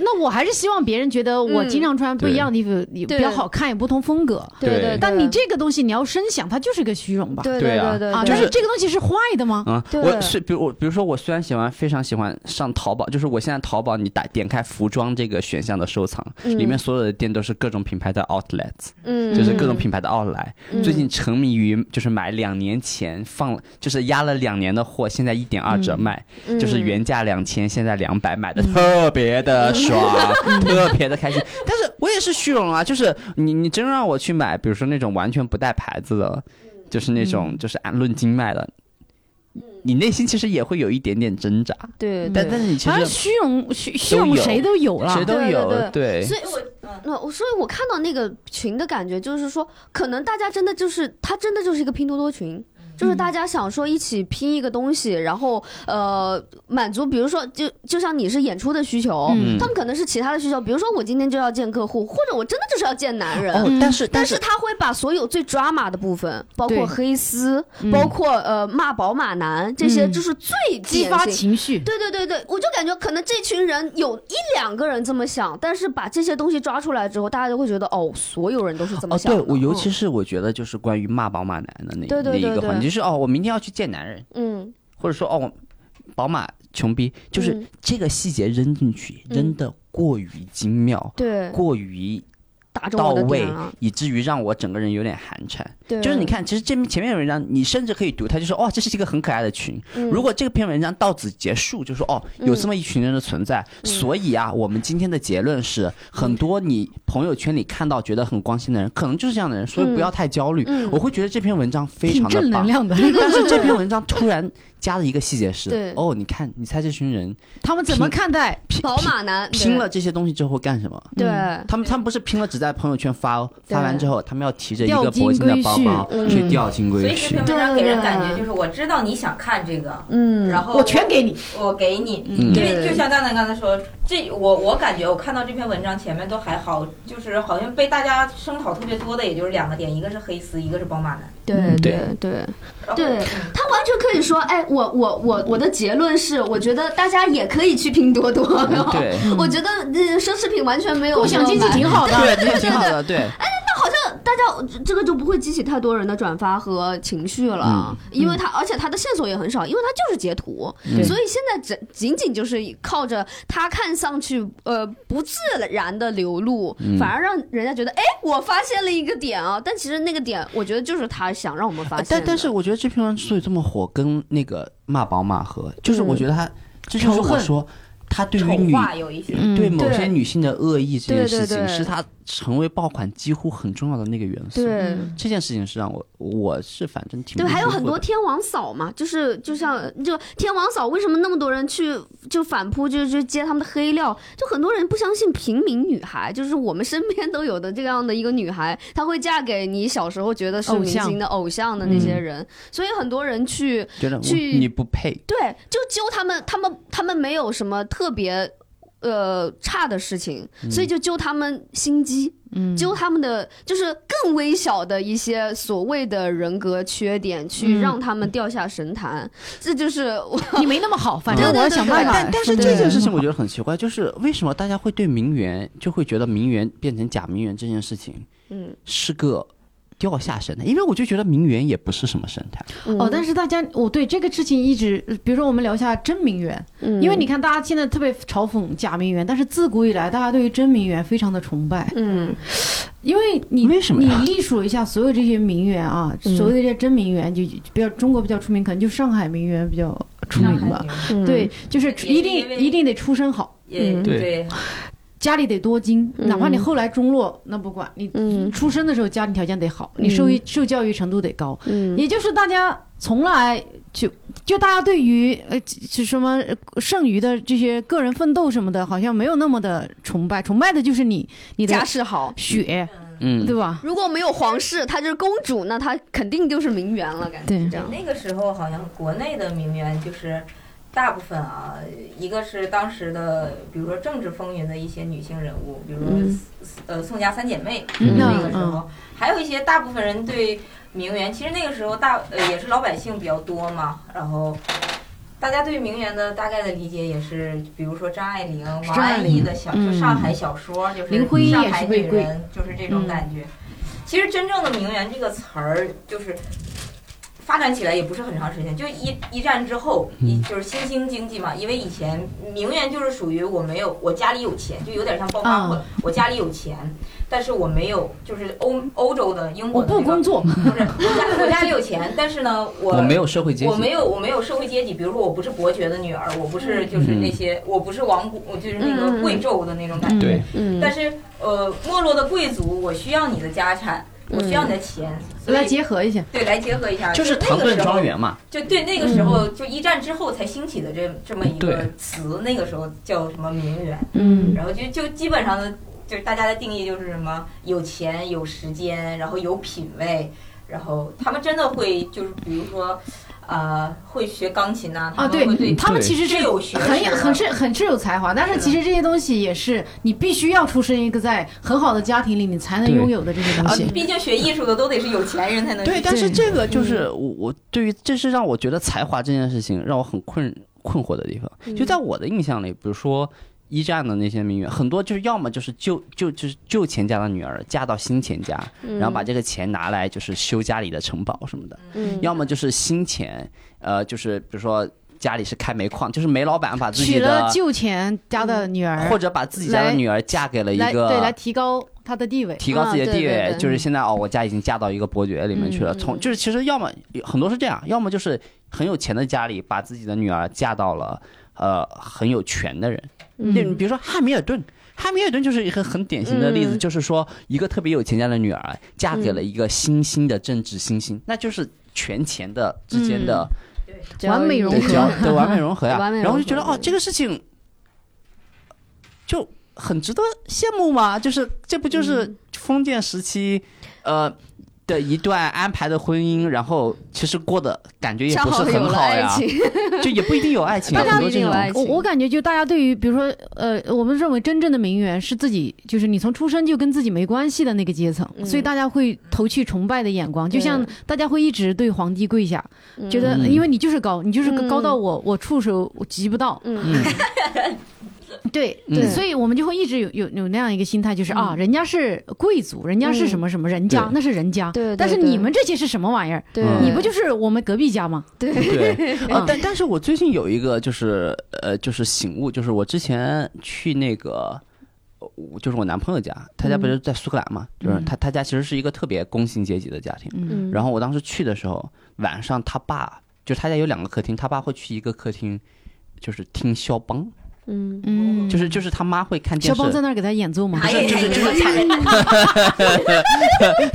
Speaker 4: 那我还是希望别人觉得我经常穿不一样的衣服也比较好看，也不同风格。
Speaker 6: 对对
Speaker 5: 对
Speaker 6: 嗯对，
Speaker 4: 但你这个东西，你要深想，它就是个虚荣吧？
Speaker 6: 对
Speaker 5: 对啊
Speaker 6: 对对
Speaker 4: 啊，但
Speaker 6: 对，
Speaker 5: 就是
Speaker 4: 是这个东西是坏的吗？
Speaker 5: 啊，
Speaker 6: 对
Speaker 5: 我是比如我，比如说我虽然喜欢非常喜欢上淘宝，就是我现在淘宝你打点开服装这个选项的收藏，里面所有的店都是各种品牌的 outlets，
Speaker 6: 嗯
Speaker 5: 就是各种品牌的奥莱。
Speaker 6: 嗯
Speaker 5: 最近沉迷于就是买两年前放就是压了两年的货，现在一点二折
Speaker 6: 嗯
Speaker 5: 卖，就是原价两千，现在两百，买的特别
Speaker 6: 嗯
Speaker 5: 的爽， 特别的开心。但是我也是虚荣啊，就是你你真让我去买，比如说那种完全不带牌子的，就是那种
Speaker 6: 嗯
Speaker 5: 就是按论斤卖的。你内心其实也会有一点点挣扎，
Speaker 6: 对，
Speaker 5: 但但是你其
Speaker 4: 反正
Speaker 5: 实
Speaker 4: 虚荣虚虚
Speaker 5: 都
Speaker 4: 荣
Speaker 5: 有
Speaker 4: 谁都有了，
Speaker 5: 谁都
Speaker 6: 对
Speaker 5: 有，
Speaker 6: 对
Speaker 5: 对
Speaker 6: 所以
Speaker 3: 所以我嗯。
Speaker 6: 那我所以，我
Speaker 4: 嗯
Speaker 6: 看到那个群的感觉就是说，可能大家真的就是，它真的就是一个拼多多群，就是大家想说一起拼一个东西，然后呃满足，比如说就就像你是演出的需求，
Speaker 5: 嗯
Speaker 6: 他们可能是其他的需求，比如说我今天就要见客户，或者我真的就是要见男人。
Speaker 5: 哦，但是
Speaker 6: 嗯但
Speaker 5: 是
Speaker 6: 是他会把所有最 drama 的部分，包括
Speaker 4: 对
Speaker 6: 黑丝，
Speaker 4: 嗯
Speaker 6: 包括呃骂宝马男，这些
Speaker 4: 嗯
Speaker 6: 就是最
Speaker 4: 激
Speaker 6: 典
Speaker 4: 发
Speaker 6: 型
Speaker 4: 情绪，
Speaker 6: 对对对对，我就感觉可能这群人有一两个人这么想，但是把这些东西抓出来之后，大家就会觉得哦，所有人都是这么
Speaker 5: 哦，
Speaker 6: 想
Speaker 5: 对
Speaker 6: 的。嗯
Speaker 5: 我尤其是我觉得就是关于骂宝马男的那
Speaker 6: 对对对
Speaker 5: 那一个
Speaker 6: 对
Speaker 5: 环节，就是哦，我明天要去见男人，
Speaker 6: 嗯
Speaker 5: 或者说哦，宝马穷逼，就是
Speaker 6: 嗯
Speaker 5: 这个细节扔进去，
Speaker 6: 嗯
Speaker 5: 扔的过于精妙，
Speaker 6: 对
Speaker 5: 过于
Speaker 6: 打中
Speaker 5: 到
Speaker 6: 我的
Speaker 5: 位
Speaker 6: 点啊嗯了，，
Speaker 5: 以至于让我整个人有点寒颤。
Speaker 6: 对，
Speaker 5: 就是你看，其实这前面的文章，你甚至可以读，它就说哦，这是一个很可爱的群。
Speaker 6: 嗯，
Speaker 5: 如果这篇文章到此结束，就说哦，有这么一群人的存在，
Speaker 6: 嗯
Speaker 5: 所以啊，我们今天的结论是，很多你朋友圈里看到觉得很光鲜的人，可能就是这样的人，所以不要太焦虑。
Speaker 6: 嗯
Speaker 5: 我会觉得这篇文章非
Speaker 4: 挺
Speaker 5: 常的
Speaker 4: 正能
Speaker 5: 棒。
Speaker 4: 量的。
Speaker 5: 但是这篇文章突然加了一个细节是
Speaker 6: 对，
Speaker 5: 哦，你看，你猜这群人
Speaker 4: 他们怎么 看待？
Speaker 5: 拼
Speaker 6: 宝马男
Speaker 5: 拼了，这些东西之后会干什么？
Speaker 6: 对
Speaker 4: 嗯
Speaker 5: 他们他们不是拼了，只在朋友圈发哦，
Speaker 6: 对
Speaker 5: 发完之后他们要提着一
Speaker 4: 钓
Speaker 5: 个
Speaker 4: 金
Speaker 5: 铂金的包包
Speaker 6: 归去
Speaker 5: 去钓金
Speaker 3: 所
Speaker 5: 龟
Speaker 3: 以这
Speaker 5: 婿
Speaker 3: 篇。文章给人感觉
Speaker 6: 对
Speaker 3: 就是我知道你想看这个，
Speaker 6: 嗯，
Speaker 3: 然后
Speaker 4: 我全给你，
Speaker 3: 我给你，
Speaker 5: 嗯
Speaker 3: 因为
Speaker 6: 对
Speaker 3: 就像蛋蛋刚才说，这我我感觉我看到这篇文章前面都还好，就是好像被大家声讨特别多的，也就是两个点，一个是黑丝，一个是宝马男。
Speaker 6: 对
Speaker 5: 嗯对
Speaker 6: 对对，
Speaker 3: 然后
Speaker 6: 对他完全可以说，哎，我我我我的结论是，我觉得大家也可以去拼多多。
Speaker 5: 嗯对，
Speaker 6: 我觉得呃奢侈品完全没有
Speaker 4: 共享经济
Speaker 6: 买
Speaker 4: 挺好的。
Speaker 5: 对，这个挺好的，对。
Speaker 6: 大家这个就不会激起太多人的转发和情绪
Speaker 5: 嗯
Speaker 6: 了，因为它而且它的线索也很少，因为它就是截图，
Speaker 4: 嗯
Speaker 6: 所以现在只仅仅就是靠着它看上去呃不自然的流露，
Speaker 5: 嗯
Speaker 6: 反而让人家觉得哎，我发现了一个点啊，但其实那个点我觉得就是他想让我们发现的，
Speaker 5: 呃但但是我觉得这篇文章之所以这么火，跟那个骂宝马和，就是我觉得他，这就是
Speaker 4: 仇
Speaker 5: 我
Speaker 4: 恨
Speaker 5: 说他对于
Speaker 3: 丑
Speaker 5: 女
Speaker 3: 化有一些，
Speaker 4: 嗯
Speaker 5: 对某些
Speaker 6: 对
Speaker 5: 女性的恶意这件
Speaker 6: 对对
Speaker 5: 事情，
Speaker 6: 对
Speaker 5: 是他成为爆款几乎很重要的那个元素。
Speaker 6: 对。
Speaker 4: 嗯
Speaker 5: 这件事情是让我，我是反正挺
Speaker 6: 对，
Speaker 5: 不
Speaker 6: 还有
Speaker 5: 舒服
Speaker 6: 很多
Speaker 5: 的嗯
Speaker 6: 天王嫂嘛，就是就像就天王嫂，为什么那么多人去就反扑，就就揭他们的黑料？就很多人不相信平民女孩，就是我们身边都有的这样的一个女孩，她会嫁给你小时候觉得是
Speaker 4: 偶
Speaker 6: 明
Speaker 4: 像
Speaker 6: 星的偶像的那
Speaker 5: 嗯
Speaker 6: 些人，所以很多人去
Speaker 5: 觉得我
Speaker 6: 去
Speaker 5: 你不配，
Speaker 6: 对，就揪他们，他们他们没有什么特别。呃，差的事情，所以就揪他们心机，
Speaker 4: 嗯
Speaker 6: 揪他们的就是更微小的一些所谓的人格缺点，去
Speaker 4: 嗯
Speaker 6: 让他们掉下神坛，这就是我
Speaker 4: 你没那么好，反正
Speaker 6: 对
Speaker 4: 我
Speaker 6: 对
Speaker 4: 要
Speaker 6: 对
Speaker 4: 想
Speaker 6: 对
Speaker 4: 办法。
Speaker 5: 但但是
Speaker 4: 说
Speaker 5: 这
Speaker 4: 你
Speaker 5: 件事情
Speaker 4: 很
Speaker 5: 我觉得很奇怪，就是为什么大家会对名媛就会觉得名媛变成假名媛这件事情
Speaker 6: 嗯
Speaker 5: 是个掉下神坛？因为我就觉得名媛也不是什么神坛，
Speaker 6: 嗯
Speaker 4: 哦，但是大家，我对这个事情一直，比如说我们聊一下真名媛，
Speaker 6: 嗯
Speaker 4: 因为你看大家现在特别嘲讽假名媛，但是自古以来大家对于真名媛非常的崇拜，
Speaker 6: 嗯
Speaker 4: 因为你
Speaker 5: 为什么呀
Speaker 4: 你历数一下所有这些名媛啊，
Speaker 6: 嗯
Speaker 4: 所谓的这些真名媛，就就比较中国比较出名，可能就上海名媛比较出
Speaker 3: 上
Speaker 4: 名
Speaker 3: 海
Speaker 4: 吧。
Speaker 3: 女
Speaker 6: 嗯
Speaker 4: 对，就是
Speaker 3: 也
Speaker 4: 一
Speaker 3: 因
Speaker 4: 定
Speaker 3: 为
Speaker 4: 一定得出身好，
Speaker 3: 也
Speaker 6: 嗯
Speaker 5: 对
Speaker 3: 对，
Speaker 4: 家里得多金，哪怕你
Speaker 6: 嗯
Speaker 4: 后来中落，那不管你
Speaker 6: 嗯
Speaker 4: 出生的时候家庭条件得好，你受育受教育程度得高，
Speaker 6: 嗯
Speaker 4: 也就是大家从来就就大家对于呃就什么呃剩余的这些个人奋斗什么的，好像没有那么的崇拜，崇拜的就是你你
Speaker 6: 家
Speaker 4: 的
Speaker 6: 世好。
Speaker 4: 血，
Speaker 5: 嗯
Speaker 4: 对吧？
Speaker 6: 如果没有皇室，她就是公主，那她肯定就是名媛了，感觉
Speaker 4: 对
Speaker 6: 这样。
Speaker 3: 那个时候好像国内的名媛就是大部分啊，一个是当时的，比如说政治风云的一些女性人物，比如说、
Speaker 6: 嗯
Speaker 3: 呃宋家三姐妹，
Speaker 4: 嗯
Speaker 3: 那个时
Speaker 4: 嗯
Speaker 3: 候，还有一些大部分人对名媛，其实那个时候大呃也是老百姓比较多嘛，然后。大家对名媛的大概的理解也是，比如说张爱玲、王
Speaker 4: 张爱
Speaker 3: 安忆
Speaker 4: 玲
Speaker 3: 的小，
Speaker 4: 嗯
Speaker 3: 就上海小说，就是
Speaker 4: 林徽因
Speaker 3: 上
Speaker 4: 也
Speaker 3: 海
Speaker 4: 是贵
Speaker 3: 女
Speaker 4: 贵
Speaker 3: 人，就是这种
Speaker 4: 嗯
Speaker 3: 感觉。其实真正的名媛这个词儿，就是发展起来也不是很长时间，就一一战之后，
Speaker 5: 嗯
Speaker 3: 一就是新兴经济嘛。因为以前名媛就是属于我没有，我家里有钱，就有点像暴发
Speaker 4: 啊
Speaker 3: 户，我家里有钱，但是我没有，就是欧欧洲的英
Speaker 4: 我
Speaker 3: 国的、
Speaker 4: 不工，作，
Speaker 3: 不是我家我家里有钱，但是呢，我
Speaker 5: 我没有社会阶级，
Speaker 3: 我没有，我没有社会阶级。比如说，我不是伯爵的女儿，我不
Speaker 4: 嗯
Speaker 3: 是就是
Speaker 5: 嗯
Speaker 3: 那些，我不是王公，我就是那
Speaker 6: 嗯嗯
Speaker 3: 个
Speaker 6: 嗯
Speaker 3: 贵胄的那种感觉。
Speaker 5: 对，
Speaker 6: 嗯
Speaker 3: 但是，呃，没落的贵族，我需要你的家产，我需要你的钱，所以
Speaker 4: 嗯来结合一下，
Speaker 3: 对来结合一下，
Speaker 5: 就是
Speaker 3: 那
Speaker 5: 唐
Speaker 3: 个
Speaker 5: 顿
Speaker 3: 时候
Speaker 5: 庄，园嘛，
Speaker 3: 就对那个时候就一战之后才兴起的这这么一个
Speaker 5: 嗯对
Speaker 3: 词，那个时候叫什么名媛，
Speaker 4: 嗯
Speaker 3: 然后就就基本上的就是大家的定义就是什么有钱有时间，然后有品位。然后他们真的会就是比如说，呃，会学钢琴呐、
Speaker 4: 啊，
Speaker 3: 他们会对
Speaker 4: 他们其实
Speaker 3: 是
Speaker 4: 是
Speaker 3: 有学识的
Speaker 4: 很很是很是有才华，但是其实这些东西也是你必须要出生一个在很好的家庭里，你才能
Speaker 5: 对
Speaker 4: 拥有的这些东
Speaker 5: 啊
Speaker 4: 西。
Speaker 3: 呃毕竟学艺术的都得是有钱人才能
Speaker 5: 对，
Speaker 3: 去
Speaker 5: 但是
Speaker 4: 对
Speaker 5: 这个就是我我对于这是让我觉得才华这件事情让我很困困惑的地方。就在
Speaker 4: 嗯
Speaker 5: 我的印象里，比如说一战的那些名媛，很多就是要么就是旧旧就是旧钱家的女儿嫁到新钱家，
Speaker 4: 嗯
Speaker 5: 然后把这个钱拿来就是修家里的城堡什么的，
Speaker 6: 嗯
Speaker 5: 要么就是新钱，呃，就是比如说家里是开煤矿，就是煤老板把自己
Speaker 4: 娶了
Speaker 5: 的
Speaker 4: 旧钱家的女儿，
Speaker 5: 或者把自己家的
Speaker 4: 来
Speaker 5: 女儿嫁给了一
Speaker 4: 来对来
Speaker 5: 个。
Speaker 4: 提高她的地位。
Speaker 5: 提高自己的
Speaker 6: 啊对
Speaker 5: 地位，
Speaker 6: 对对
Speaker 5: 就是现在哦，我家已经嫁到一个伯爵里面去了。
Speaker 6: 嗯
Speaker 5: 从就是其实要么很多是这样，要么就是很有钱的家里把自己的女儿嫁到了呃很有权的人。
Speaker 6: 嗯
Speaker 5: 那你比如说汉密尔顿，汉密尔顿就是一个很典型的例子，
Speaker 6: 嗯
Speaker 5: 就是说一个特别有钱家的女儿嫁给了一个新兴的政治新星，那就是权钱的之间
Speaker 6: 嗯
Speaker 5: 的
Speaker 4: 完美融
Speaker 5: 对，
Speaker 4: 合
Speaker 5: 只要对完美融合呀、
Speaker 6: 完美融合
Speaker 5: 然后就觉得哦，这个事情就很值得羡慕嘛，就是这不就是
Speaker 6: 嗯
Speaker 5: 封建时期，呃。的一段安排的婚姻，然后其实过得感觉也
Speaker 6: 恰
Speaker 5: 不是
Speaker 6: 好有
Speaker 5: 很
Speaker 6: 了
Speaker 5: 好
Speaker 6: 爱
Speaker 5: 呀，
Speaker 6: 情，
Speaker 5: 就也不一定有爱情，啊
Speaker 6: 大家
Speaker 5: 很多这
Speaker 6: 不一定有
Speaker 5: 种
Speaker 6: 爱情
Speaker 4: 我我感觉就大家对于比如说呃，我们认为真正的名媛是自己，就是你从出生就跟自己没关系的那个阶层，
Speaker 6: 嗯
Speaker 4: 所以大家会投去崇拜的眼光，就像大家会一直对皇帝跪下，觉得哎
Speaker 5: 嗯
Speaker 4: 因为你就是高，你就是
Speaker 6: 嗯
Speaker 4: 高到我我触手我及不到，
Speaker 6: 嗯
Speaker 4: 对
Speaker 5: 嗯
Speaker 4: 对，所以我们就会一直有有有那样一个心态，
Speaker 6: 嗯
Speaker 4: 就是啊，人家是贵族，人家是什么什么人家
Speaker 5: 对，
Speaker 4: 那是人家，
Speaker 6: 对对
Speaker 4: 但是
Speaker 6: 对
Speaker 4: 你们这些是什么玩意儿？
Speaker 6: 对
Speaker 5: 嗯
Speaker 4: 你不就是我们隔壁家吗？
Speaker 6: 对
Speaker 5: 对，啊
Speaker 4: 嗯，
Speaker 5: 但但是我最近有一个就是呃，就是醒悟，就是我之前去那个，呃我就是我男朋友家，他家不
Speaker 4: 嗯
Speaker 5: 是在苏格兰嘛，就是他他家其实是一个特别工薪阶级的家庭。
Speaker 6: 嗯
Speaker 5: 然后我当时去的时候，晚上他爸就他家有两个客厅，他爸会去一个客厅，就是听肖邦，
Speaker 6: 嗯
Speaker 4: 嗯，
Speaker 5: 就是就是他妈会看电
Speaker 4: 肖
Speaker 5: 视
Speaker 4: 邦。在那儿给他演奏吗？
Speaker 3: 哎呀，
Speaker 5: 就是就是
Speaker 3: 吓人！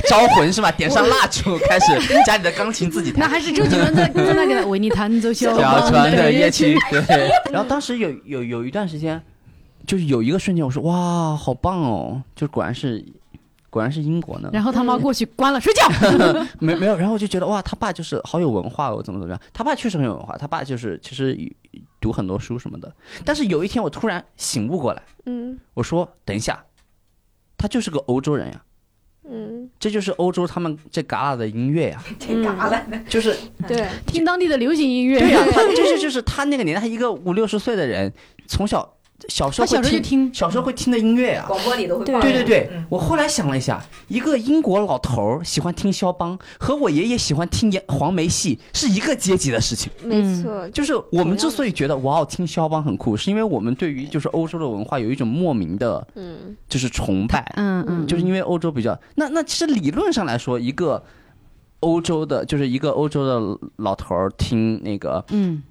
Speaker 5: 招魂是吧？点上蜡烛，开始家里的钢琴自己弹。
Speaker 4: 那还是周杰伦在在那给他为你弹奏肖
Speaker 5: 小
Speaker 4: 邦
Speaker 5: 船的
Speaker 4: 的
Speaker 5: 夜曲
Speaker 4: 曲。。
Speaker 5: 对，然后当时有有有一段时间，就是有一个瞬间，我说哇，好棒哦，就果然是。果然是英国呢，
Speaker 4: 然后他妈过去关了睡觉。
Speaker 5: 没没有，然后我就觉得哇，他爸就是好有文化哦，怎么怎么样？他爸确实很有文化，他爸就是其实读很多书什么的。但是有一天我突然醒悟过来，
Speaker 6: 嗯
Speaker 5: 我说等一下，他就是个欧洲人呀，
Speaker 6: 嗯，
Speaker 5: 这就是欧洲他们这旮旯的音乐呀，
Speaker 3: 这嘎了，
Speaker 5: 嗯就是
Speaker 6: 对，
Speaker 4: 听当地的流行音乐。
Speaker 5: 对 呀、他就是就是他那个年代，他一个五六十岁的人，从小小时
Speaker 4: 他
Speaker 5: 候
Speaker 4: 小
Speaker 5: 会
Speaker 4: 时候
Speaker 5: 听
Speaker 4: 就听，
Speaker 5: 小时候会听的音乐啊。
Speaker 3: 广播里都会放。
Speaker 5: 对对对
Speaker 3: 嗯，
Speaker 5: 我后来想了一下，一个英国老头儿喜欢听肖邦，和我爷爷喜欢听黄梅戏是一个阶级的事情。
Speaker 6: 没错，
Speaker 5: 就是我们之所以觉得哇，哦，听肖邦很酷，是因为我们对于就是欧洲的文化有一种莫名的，
Speaker 6: 嗯
Speaker 5: 就是崇拜，
Speaker 4: 嗯嗯，
Speaker 5: 就是因为欧洲比较。那那其实理论上来说，一个欧洲的，就是一个欧洲的老头儿听那个
Speaker 4: 嗯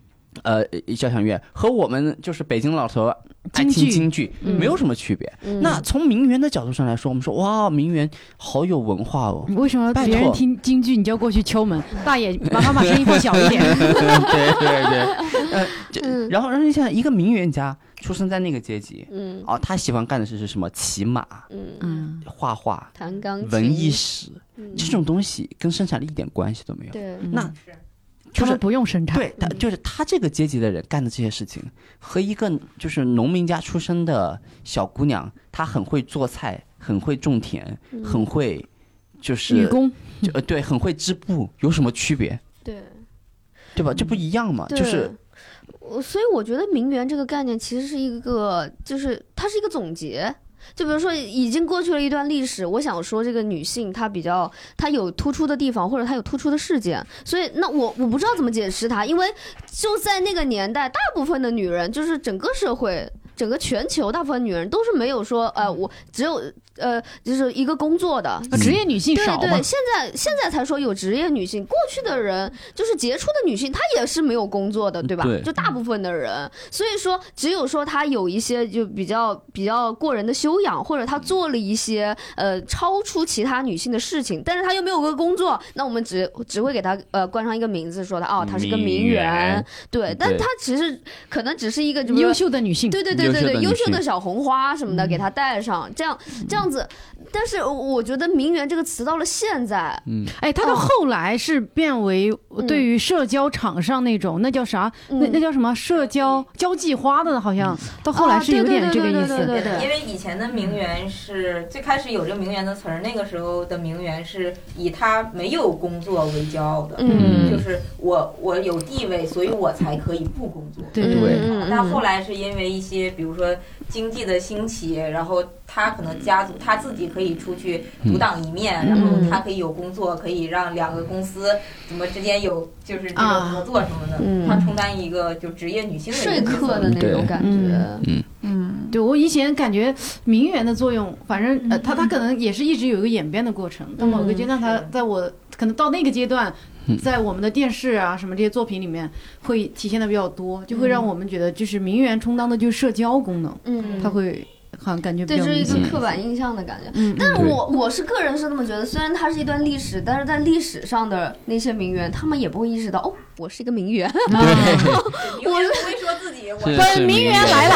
Speaker 5: 呃交响乐和我们就是北京老头儿爱
Speaker 4: 京
Speaker 5: 听
Speaker 4: 剧嗯
Speaker 5: 京剧没有什么区别。
Speaker 6: 嗯
Speaker 5: 那从名媛的角度上来说，我们说哇，名媛好有文化哦。
Speaker 4: 为什么
Speaker 5: 拜
Speaker 4: 别人
Speaker 5: 托
Speaker 4: 听京剧你就要过去敲门？大爷，把把把声音放小一点。
Speaker 5: 对对 对，呃，
Speaker 4: 嗯
Speaker 5: 就然后然后你想一个名媛家出生在那个阶级，
Speaker 6: 嗯
Speaker 5: 哦，他喜欢干的事是什么？骑马、
Speaker 6: 嗯，
Speaker 4: 嗯，
Speaker 5: 画画、
Speaker 6: 弹钢琴，
Speaker 5: 文艺史
Speaker 6: 嗯
Speaker 5: 这种东西跟生产力一点关系都没有。
Speaker 6: 对，
Speaker 5: 那
Speaker 4: 嗯他
Speaker 5: 就是
Speaker 4: 们不用生产。
Speaker 5: 对他就是他这个阶级的人干的这些事情，和一个就是农民家出身的小姑娘，她很会做菜，很会种田，
Speaker 6: 嗯
Speaker 5: 很会就是
Speaker 4: 嗯女工，
Speaker 5: 就呃对，很会织布，有什么区别？
Speaker 6: 对。
Speaker 5: 对吧？这不一样嘛，
Speaker 6: 对
Speaker 5: 就是
Speaker 6: 我所以我觉得名媛这个概念其实是一个，就是它是一个总结。就比如说，已经过去了一段历史，我想说这个女性她比较她有突出的地方，或者她有突出的事件，所以那我我不知道怎么解释它，因为就在那个年代，大部分的女人就是整个社会。整个全球大部分女人都是没有说，呃，我只有呃，就是一个工作的，
Speaker 4: 职业女性
Speaker 6: 对
Speaker 4: 少嘛
Speaker 6: 对，？现在现在才说有职业女性，过去的人就是杰出的女性，她也是没有工作的，对吧？
Speaker 5: 对
Speaker 6: 就大部分的人，所以说只有说她有一些就比较比较过人的修养，或者她做了一些呃超出其他女性的事情，但是她又没有个工作，那我们只只会给她呃冠上一个名字，说她哦，她是个名
Speaker 5: 名媛
Speaker 6: 媛，对，但
Speaker 5: 对
Speaker 6: 她其实可能只是一个就比
Speaker 4: 优
Speaker 6: 如说
Speaker 4: 秀的女性，
Speaker 6: 对对对
Speaker 5: 优
Speaker 6: 对
Speaker 5: 秀
Speaker 6: 对，
Speaker 5: 的
Speaker 6: 优
Speaker 5: 女
Speaker 6: 秀的
Speaker 5: 性
Speaker 6: 小红花什么的给她带上，这样这样子，但是我觉得“名媛”这个词到了现在，
Speaker 4: 哎，他到后来是变为对于社交场上那种，那叫啥？那
Speaker 6: 嗯
Speaker 4: 那叫什么？社交交际花的，好像到后来
Speaker 6: 啊
Speaker 4: 是有
Speaker 6: 对对
Speaker 4: 点这
Speaker 6: 对
Speaker 4: 个
Speaker 6: 对
Speaker 4: 意
Speaker 6: 对对
Speaker 4: 思。
Speaker 6: 对对
Speaker 3: 因为以前的名媛是最开始有这个名媛的词儿，那个时候的名媛是以她没有工作为骄傲的，
Speaker 6: 嗯
Speaker 3: 就是我我有地位，所以我才可以不工作。
Speaker 4: 对
Speaker 1: 对
Speaker 6: 嗯嗯
Speaker 3: 但后来是因为一些，比如说经济的兴起，然后她可能家
Speaker 6: 嗯
Speaker 3: 族她自己可以出去独当一面，然后她可以有工作，可以让两个公司怎么之间有就是这种合作什么的，
Speaker 6: 啊嗯
Speaker 3: 她充当一个就职业女性的一
Speaker 6: 说
Speaker 3: 个角
Speaker 6: 客
Speaker 3: 色
Speaker 6: 的那种
Speaker 5: 对
Speaker 6: 感
Speaker 4: 嗯
Speaker 6: 觉，
Speaker 3: 嗯，
Speaker 4: 对我以前感觉名媛的作用，反正呃，
Speaker 3: 嗯
Speaker 4: 他他可能也是一直有一个演变的过程。到某个阶
Speaker 6: 嗯
Speaker 4: 段，他
Speaker 3: 是
Speaker 4: 在我可能到那个阶段，在我们的电视啊什么这些作品里面会体现的比较多，就会让我们觉得就是名媛充当的就是社交功能，
Speaker 6: 嗯
Speaker 4: 他会好像感觉比
Speaker 6: 对，
Speaker 4: 较
Speaker 6: 是一
Speaker 4: 明显。
Speaker 6: 个刻板印象的感觉。
Speaker 4: 嗯，
Speaker 6: 但是
Speaker 1: 对
Speaker 6: 我我是个人是这么觉得，虽然它是一段历史，但是在历史上的那些名媛，他们也不会意识到，哦，我是一个名媛。
Speaker 4: 对，
Speaker 3: 永远不会说自己我
Speaker 5: 是
Speaker 4: 本
Speaker 5: 是
Speaker 4: 名媛来
Speaker 5: 了，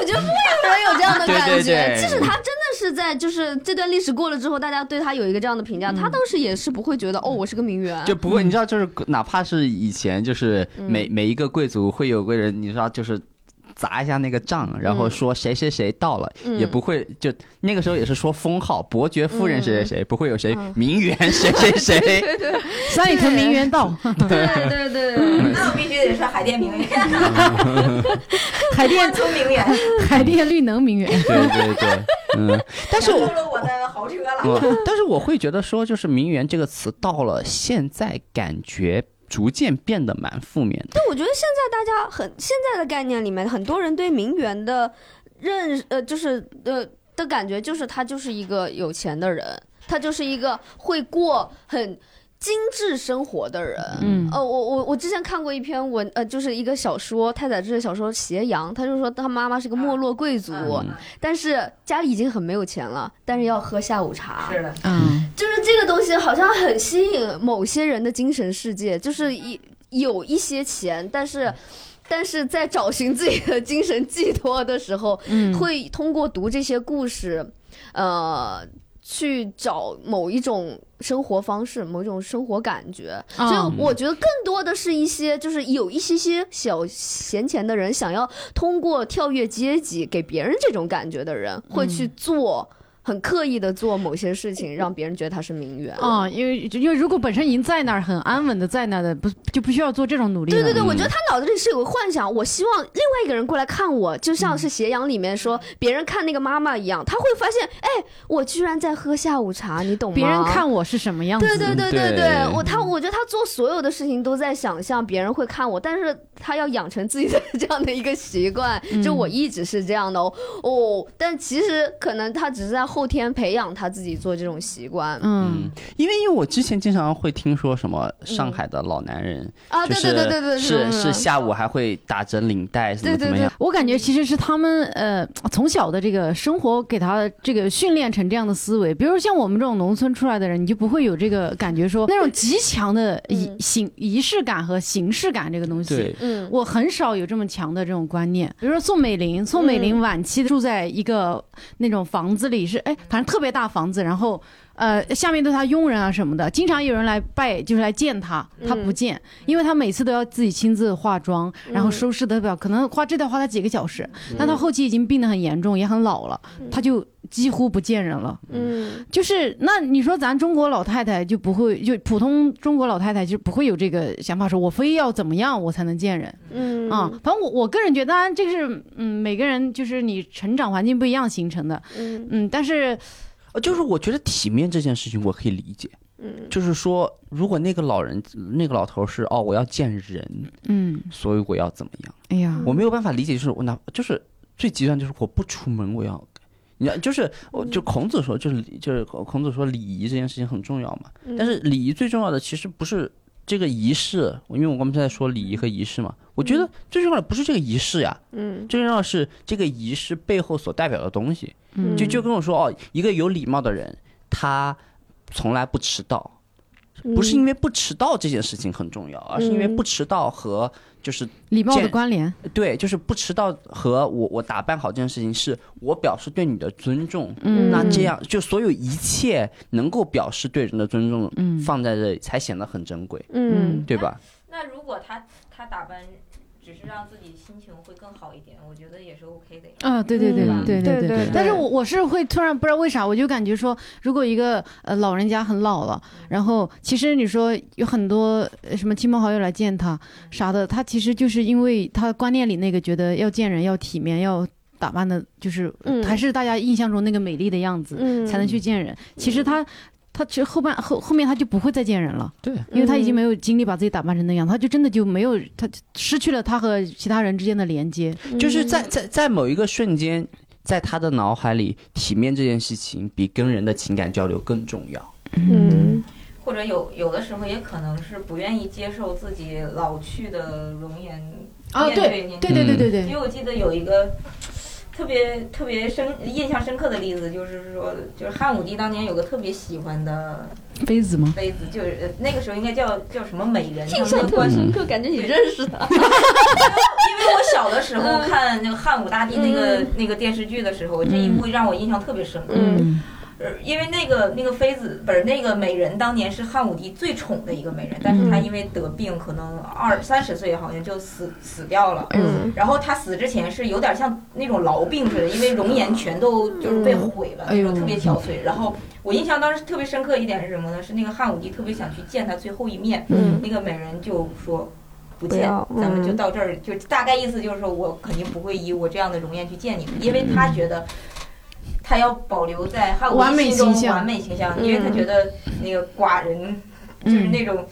Speaker 6: 我觉得不会有人有这样的感觉。
Speaker 5: 对对对
Speaker 6: 即使他真的是在就是这段历史过了之后，大家对他有一个这样的评价，他当时也是不会觉得哦，我是个名媛。
Speaker 5: 就不过你知道，就是哪怕是以前，就是每每一个贵族会有个人，你知道就是。砸一下那个账，然后说谁谁谁到了，也不会就那个时候也是说封号，伯爵夫人谁谁谁，不会有谁名媛谁谁谁，
Speaker 4: 三里屯名媛道，
Speaker 6: 对对对，
Speaker 3: 那我必须得说海淀名媛，
Speaker 4: 海淀
Speaker 3: 万村名 媛，
Speaker 4: 海淀绿能名媛。
Speaker 5: 对对对，嗯， 但是
Speaker 3: 抢
Speaker 5: 我
Speaker 3: 走了我的豪车了。
Speaker 5: 嗯，但是我会觉得说，就是“名媛”这个词到了现在，感觉逐渐变得蛮负面的。
Speaker 6: 但我觉得现在大家很现在的概念里面，很多人对名媛的认识呃，就是呃的感觉，就是他就是一个有钱的人，他就是一个会过很。精致生活的人，
Speaker 4: 嗯
Speaker 6: 呃，我我我之前看过一篇文，呃，就是一个小说，太宰治的小说《斜阳》，他就说他妈妈是个没落贵族，
Speaker 3: 嗯
Speaker 6: 但是家里已经很没有钱了，但是要喝下午茶，
Speaker 3: 是的，
Speaker 4: 嗯，
Speaker 6: 就是这个东西好像很吸引某些人的精神世界，就是一有一些钱，但是。但是在找寻自己的精神寄托的时候，
Speaker 4: 嗯
Speaker 6: 会通过读这些故事，呃，去找某一种生活方式、某一种生活感觉。
Speaker 4: 啊
Speaker 6: 所以我觉得更多的是一些，就是有一些些小闲钱的人，想要通过跳跃阶级给别人这种感觉的人，会去做。很刻意的做某些事情，让别人觉得他是名媛。
Speaker 4: 啊、因为因为如果本身已经在那儿很安稳的在那儿的，不就不需要做这种努力了。
Speaker 6: 对对对，我觉得他脑子里是有个幻想，我希望另外一个人过来看我，就像是《斜阳》里面说别人看那个妈妈一样，他会发现，哎，我居然在喝下午茶，你懂吗？
Speaker 4: 别人看我是什么样子。
Speaker 6: 对对对对对
Speaker 5: 嗯对，
Speaker 6: 我他我觉得他做所有的事情都在想象别人会看我，但是他要养成自己的 这样的一个习惯，就
Speaker 5: 嗯
Speaker 6: 我一直是这样的哦，哦但其实可能他只是在后天培养他自己做这种习惯、
Speaker 4: 嗯，
Speaker 5: 因为因为我之前经常会听说什么上海的老男人，
Speaker 6: 嗯啊，
Speaker 5: 就
Speaker 6: 对
Speaker 5: 是
Speaker 6: 对对对对，
Speaker 5: 是
Speaker 6: 嗯
Speaker 5: 是下午还会打着领带怎
Speaker 6: 对
Speaker 5: 么怎
Speaker 6: 对
Speaker 5: 么
Speaker 6: 对
Speaker 5: 样，，
Speaker 4: 我感觉其实是他们呃从小的这个生活给他这个训练成这样的思维。比如像我们这种农村出来的人，你就不会有这个感觉说那种极强的仪
Speaker 6: 嗯
Speaker 4: 形仪式感和形式感这个东西。
Speaker 5: 对，
Speaker 6: 嗯
Speaker 4: 我很少有这么强的这种观念。比如说宋美龄，宋美龄晚期住在一个那种房子里是，哎，反正特别大房子，然后呃，下面都是她佣人啊什么的，经常有人来拜，就是来见她，她不见，因为她每次都要自己亲自化妆，然后收拾得表，可能花这得花她几个小时，但她后期已经病得很严重，也很老了，她就几乎不见人了。
Speaker 6: 嗯
Speaker 4: 就是那你说咱中国老太太就不会，就普通中国老太太就不会有这个想法，说我非要怎么样我才能见人。
Speaker 6: 嗯
Speaker 5: 哦
Speaker 4: 啊，反正我我个人觉得，当然这个是嗯，每个人就是你成长环境不一样形成的，
Speaker 6: 嗯
Speaker 4: 嗯，但是
Speaker 5: 呃就是我觉得体面这件事情我可以理解，
Speaker 6: 嗯
Speaker 5: 就是说如果那个老人那个老头是哦我要见人，
Speaker 4: 嗯，
Speaker 5: 所以我要怎么样，
Speaker 4: 哎呀，
Speaker 5: 我没有办法理解，就是我哪就是最极端就是我不出门我要。你要就是，我就孔子说，就是就是孔子说礼仪这件事情很重要嘛。但是礼仪最重要的其实不是这个仪式，因为我们在说礼仪和仪式嘛。我觉得最重要的不是这个仪式呀，
Speaker 6: 嗯，
Speaker 5: 最重要的是这个仪式背后所代表的东西。
Speaker 4: 嗯
Speaker 5: 就就跟我说哦，一个有礼貌的人，他从来不迟到，
Speaker 6: 嗯
Speaker 5: 不是因为不迟到这件事情很重要，而是因为不迟到和就是
Speaker 4: 礼貌的
Speaker 5: 见
Speaker 4: 关联，
Speaker 5: 对，就是不迟到和我我打扮好这件事情，是我表示对你的尊重。
Speaker 4: 嗯
Speaker 5: 那这样就所有一切能够表示对人的尊重，
Speaker 4: 嗯
Speaker 5: 放在这里才显得很珍贵，
Speaker 4: 嗯
Speaker 6: 嗯
Speaker 5: 对吧？
Speaker 3: 那如果他他打扮，只是让自己心情会更好一点，我觉得也是 OK 的呀。
Speaker 4: 啊，对对对
Speaker 5: 嗯
Speaker 4: 对
Speaker 6: 对
Speaker 4: 对
Speaker 6: 对
Speaker 4: 但是我我是会突然不知道为啥，我就感觉说，如果一个呃老人家很老了，然后其实你说有很多呃什么亲朋好友来见他啥的，他其实就是因为他观念里那个觉得要见人要体面要。打扮的，就是、
Speaker 6: 嗯
Speaker 4: 还是大家印象中那个美丽的样子，
Speaker 6: 嗯
Speaker 4: 才能去见人。其实他，他其实后半后后面他就不会再见人了。
Speaker 5: 对，
Speaker 4: 因为他已经
Speaker 6: 嗯
Speaker 4: 没有精力把自己打扮成那样，他就真的就没有，他就失去了他和其他人之间的连接。
Speaker 6: 嗯
Speaker 5: 就是在在在某一个瞬间，在他的脑海里，体面这件事情比跟人的情感交流更重要。
Speaker 6: 嗯
Speaker 3: 或者有有的时候也可能是不愿意接受自己老去的容颜
Speaker 4: 啊
Speaker 3: 面
Speaker 4: 对
Speaker 3: 年轻
Speaker 4: 对对对对
Speaker 3: 因
Speaker 4: 对，
Speaker 3: 为我记得有一个特别特别深印象深刻的例子，就是说，就是汉武帝当年有个特别喜欢的
Speaker 6: 嗯
Speaker 4: 妃子吗？
Speaker 3: 妃子，就是呃那个时候应该叫叫什么美人，他
Speaker 6: 印
Speaker 3: 们的
Speaker 6: 象特
Speaker 3: 关
Speaker 6: 别
Speaker 3: 系。
Speaker 6: 深刻，感觉你认识他。
Speaker 3: 因为我小的时候看那个汉武大帝那个、
Speaker 6: 嗯
Speaker 3: 那个电视剧的时候，这一幕让我印象特别深刻。
Speaker 6: 嗯
Speaker 3: 呃因为那个那个妃子不是那个美人，当年是汉武帝最宠的一个美人，但是
Speaker 6: 嗯
Speaker 3: 她因为得病，可能二三十岁好像就死死掉了。
Speaker 6: 嗯
Speaker 3: 然后她死之前是有点像那种痨病似的，因为容颜全都就是被毁了，
Speaker 4: 嗯
Speaker 3: 那种
Speaker 4: 哎呦
Speaker 3: 特别憔悴。然后我印象当时特别深刻一点是什么呢？是那个汉武帝特别想去见她最后一面，
Speaker 6: 嗯
Speaker 3: 那个美人就说不
Speaker 6: 不
Speaker 3: 见
Speaker 6: 要，
Speaker 3: 咱们
Speaker 6: 嗯
Speaker 3: 就到这儿，就大概意思就是说我肯定不会以我这样的容颜去见你，因
Speaker 5: 嗯
Speaker 3: 为他觉得。他要保留在汉武
Speaker 4: 完美
Speaker 3: 帝心中
Speaker 4: 形象
Speaker 3: 完美形象，
Speaker 6: 嗯
Speaker 3: 因为他觉得那个寡人就是
Speaker 4: 嗯
Speaker 3: 那种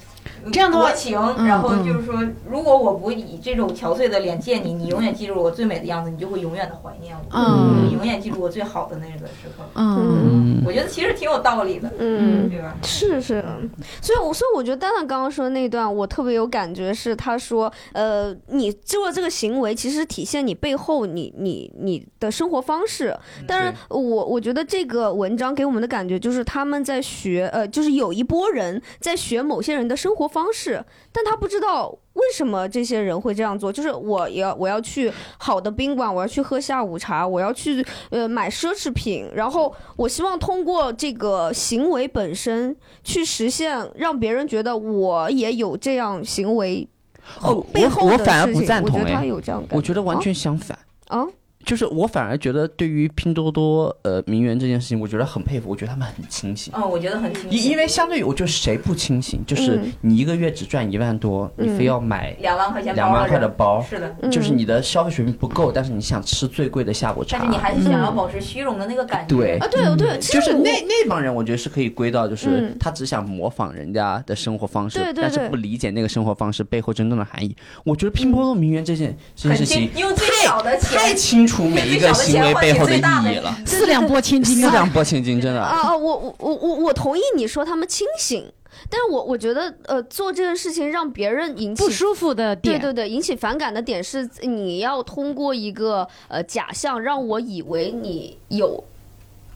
Speaker 4: 这样的话
Speaker 3: 薄情，
Speaker 4: 嗯
Speaker 3: 然后就是说，如果我不以这种憔悴的脸见你，你永远记住我最美的样子，你就会永远的怀念我，
Speaker 4: 嗯
Speaker 3: 你永远记住我最好的那个时刻。
Speaker 4: 嗯
Speaker 3: 我觉得其实挺有道理的，
Speaker 6: 嗯。
Speaker 3: 对吧？
Speaker 6: 是是，所以我所以我觉得丹丹刚刚说的那段，我特别有感觉，是他说，呃，你做这个行为，其实体现你背后你你你的生活方式。当然，我我觉得这个文章给我们的感觉就是他们在学，呃，就是有一波人在学某些人的生活方式，但他不知道。为什么这些人会这样做？就是我要我要去好的宾馆，我要去喝下午茶，我要去呃买奢侈品，然后我希望通过这个行为本身去实现，让别人觉得我也有这样行为
Speaker 5: 哦，
Speaker 6: 背后
Speaker 5: 我我
Speaker 6: 的
Speaker 5: 反而
Speaker 6: 事
Speaker 5: 不
Speaker 6: 情
Speaker 5: 赞同
Speaker 6: 我觉得他
Speaker 5: 哎，
Speaker 6: 有这样感
Speaker 5: 我觉得完全相反。
Speaker 6: 啊，
Speaker 5: 就是我反而觉得，对于拼多多呃名媛这件事情，我觉得很佩服，我觉得他们很清醒。
Speaker 3: 嗯，我觉得很清
Speaker 5: 因
Speaker 3: 晰。
Speaker 5: 因为相对于我觉得谁不清醒，就是
Speaker 6: 嗯
Speaker 5: 你一个月只赚一万多，你非要买
Speaker 3: 两万块钱包
Speaker 5: 两万块的包，
Speaker 3: 是的，
Speaker 6: 嗯
Speaker 5: 就是你的消费水平不够，但是你想吃最贵的下午茶，
Speaker 3: 但是你还是想要保持虚荣的那个感觉。
Speaker 5: 对
Speaker 6: 啊，对对，
Speaker 5: 嗯
Speaker 6: 其
Speaker 5: 就
Speaker 6: 实
Speaker 5: 是
Speaker 6: 我
Speaker 5: 那那帮人，我觉得是可以归到，就是
Speaker 6: 嗯
Speaker 5: 他只想模仿人家的生活方式，
Speaker 6: 对对
Speaker 5: 但是
Speaker 6: 对嗯
Speaker 5: 不理解那个生活方式背后真正的含义。我觉得拼多多名媛这件这件事
Speaker 3: 很清
Speaker 5: 情，
Speaker 3: 用最小的钱
Speaker 5: 太清楚每一个行为背后的意义了，
Speaker 4: 四两拨千斤
Speaker 5: 四
Speaker 4: 啊！
Speaker 5: 两拨千斤，真的。
Speaker 6: 啊啊，我我我我我同意你说他们清醒，但是我我觉得呃做这件事情让别人引起
Speaker 4: 不舒服的
Speaker 6: 对
Speaker 4: 点，
Speaker 6: 对对，引起反感的点是，你要通过一个呃假象让我以为你有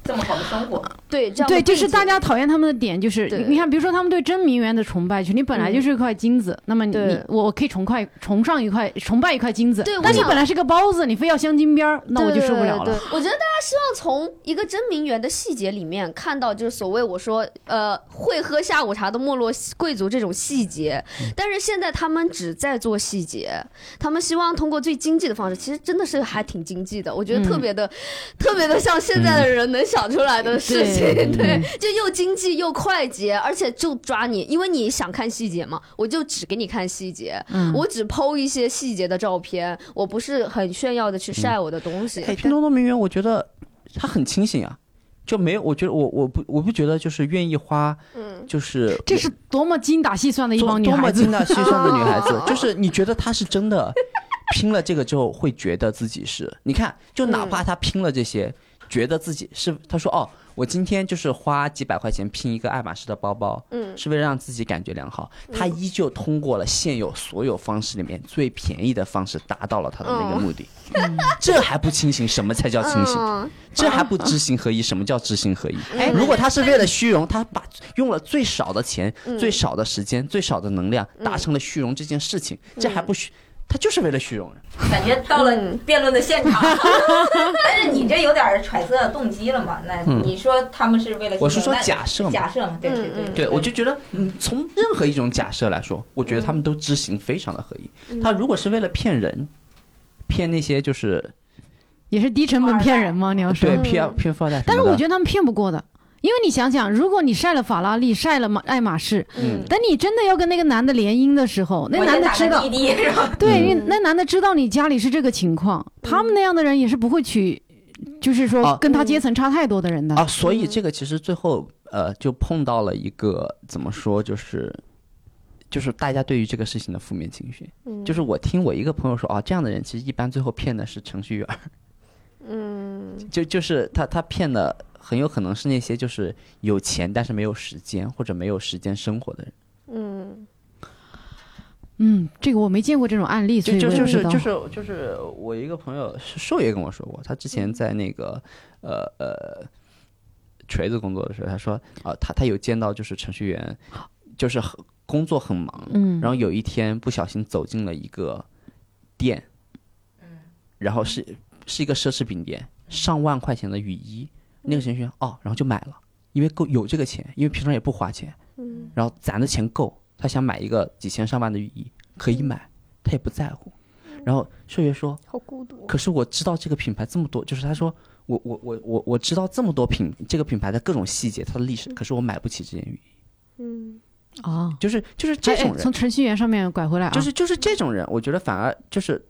Speaker 3: 这么好的生活，
Speaker 6: 对这样的
Speaker 4: 对，就是
Speaker 6: 背景
Speaker 4: 大家讨厌他们的点就是
Speaker 6: 对，嗯
Speaker 4: 你看，比如说他们对真名媛的崇拜，就是你本来就是一块金子，那么你
Speaker 6: 对
Speaker 4: 你我可以崇快崇尚一块崇拜一块金子
Speaker 6: 对我，
Speaker 4: 但你
Speaker 6: 想
Speaker 4: 本来是个包子，你非要镶金边儿，那我就受不了
Speaker 6: 对
Speaker 4: 了
Speaker 6: 对。对我觉得大家希望从一个真名媛的细节里面看到，就是所谓我说呃会喝下午茶的没落贵族这种细节，
Speaker 4: 嗯
Speaker 6: 但是现在他们只在做细节，他们希望通过最经济的方式，其实真的是还挺经济的，我觉得特别的、特别的像现在的人能想出来的事
Speaker 4: 嗯
Speaker 6: 情，
Speaker 4: 对嗯
Speaker 6: 对，就又经济又快捷，而且就抓你，因为你想看细节嘛，我就只给你看细节，
Speaker 4: 嗯
Speaker 6: 我只剖一些细节的照片，我不是很炫耀的去晒我的东西。
Speaker 5: 嗯哎，拼多多名媛，我觉得他很清醒啊，就没有，我觉得我我不我不觉得就是愿意花，
Speaker 6: 嗯
Speaker 5: 就是
Speaker 4: 这是多么精打细算的一
Speaker 5: 多
Speaker 4: 帮女
Speaker 5: 多
Speaker 4: 孩
Speaker 5: 么
Speaker 4: 子
Speaker 5: 精，打细算的女孩子
Speaker 6: 哦，
Speaker 5: 就是你觉得她是真的拼了这个之后，
Speaker 4: 嗯
Speaker 5: 会觉得自己是，你看，就哪怕她拼了这些，觉得自己是，她说哦，我今天就是花几百块钱拼一个爱马仕的包包，
Speaker 6: 嗯
Speaker 5: 是为了让自己感觉良好。
Speaker 4: 嗯
Speaker 5: 他依旧通过了现有所有方式里面最便宜的方式，达到了他的那
Speaker 4: 嗯
Speaker 5: 个目的。这还不清醒，什么才叫清醒？
Speaker 6: 嗯
Speaker 5: 这还不知行合一？什么叫知行合一
Speaker 4: 嗯
Speaker 6: 哎？
Speaker 5: 如果他是为了虚荣，他把用了最少的钱、
Speaker 4: 嗯
Speaker 5: 最少的时间、最少的能量，达成了虚荣这件事情，
Speaker 4: 嗯
Speaker 5: 这还不虚？他就是为了虚荣。啊
Speaker 3: 感觉到了辩论的现 场。但是你这有点揣测动机了嘛？那你说他们是为了
Speaker 5: 嗯我是
Speaker 3: 什么
Speaker 5: 说假设嘛
Speaker 3: 假设嘛，对对
Speaker 6: 嗯
Speaker 3: 对
Speaker 5: 对，我就觉得，嗯，从任何一种假设来说，我觉得他们都知行非常的合
Speaker 4: 嗯
Speaker 5: 一。他如果是为了骗人，骗那些就是
Speaker 4: 也是低成本骗人吗？你要说
Speaker 5: 对，骗骗富二代什么的，
Speaker 4: 但是我觉得他们骗不过的，因为你想想，如果你晒了法拉利，晒了马爱马仕，
Speaker 5: 嗯
Speaker 4: 等你真的要跟那个男的联姻的时候，那
Speaker 3: 我
Speaker 4: 男
Speaker 3: 先
Speaker 4: 的
Speaker 3: 打
Speaker 4: 知
Speaker 3: 个
Speaker 4: 道
Speaker 3: 滴，滴是吧？
Speaker 4: 对，因为
Speaker 5: 嗯
Speaker 4: 那男的知道你家里是这个情况，他们那样的人也是不会娶，就是说
Speaker 5: 啊
Speaker 4: 跟他阶层差太多的人的。
Speaker 5: 啊，所以这个其实最后呃，就碰到了一个怎么说，就是就是大家对于这个事情的负面情绪。就是我听我一个朋友说啊，这样的人其实一般最后骗的是程序员儿，
Speaker 6: 嗯
Speaker 5: 就就是他他骗的很有可能是那些就是有钱但是没有时间或者没有时间生活的人。
Speaker 6: 嗯
Speaker 4: 嗯，这个我没见过这种案例，所
Speaker 5: 就
Speaker 4: 以
Speaker 5: 就
Speaker 4: 我也
Speaker 5: 就
Speaker 4: 不
Speaker 5: 是
Speaker 4: 知道。
Speaker 5: 就是就是我一个朋友是兽爷跟我说过，他之
Speaker 4: 嗯
Speaker 5: 前在那个呃呃锤子工作的时候，他说啊、他他有见到就是程序员，就是很工作很忙，
Speaker 4: 嗯
Speaker 5: 然后有一天不小心走进了一个店，然后是是一个奢侈品店，上万块钱的雨衣，那个程序员哦，然后就买了，因为够有这个钱，因为平常也不花钱，
Speaker 6: 嗯
Speaker 5: 然后攒的钱够，他想买一个几千上万的雨衣，可以买，他也不在乎。然后秀月说
Speaker 6: 好孤独。：“啊
Speaker 5: 可是我知道这个品牌这么多，就是他说我我我我我知道这么多品这个品牌的各种细节，它的历史，可是我买不起这件雨衣。
Speaker 6: 嗯
Speaker 4: 啊，”
Speaker 5: 就是就是
Speaker 4: 哎
Speaker 5: 这种
Speaker 4: 哎
Speaker 5: 人
Speaker 4: 从，程序员上面拐回来啊，
Speaker 5: 就是就是这种人，我觉得反而就是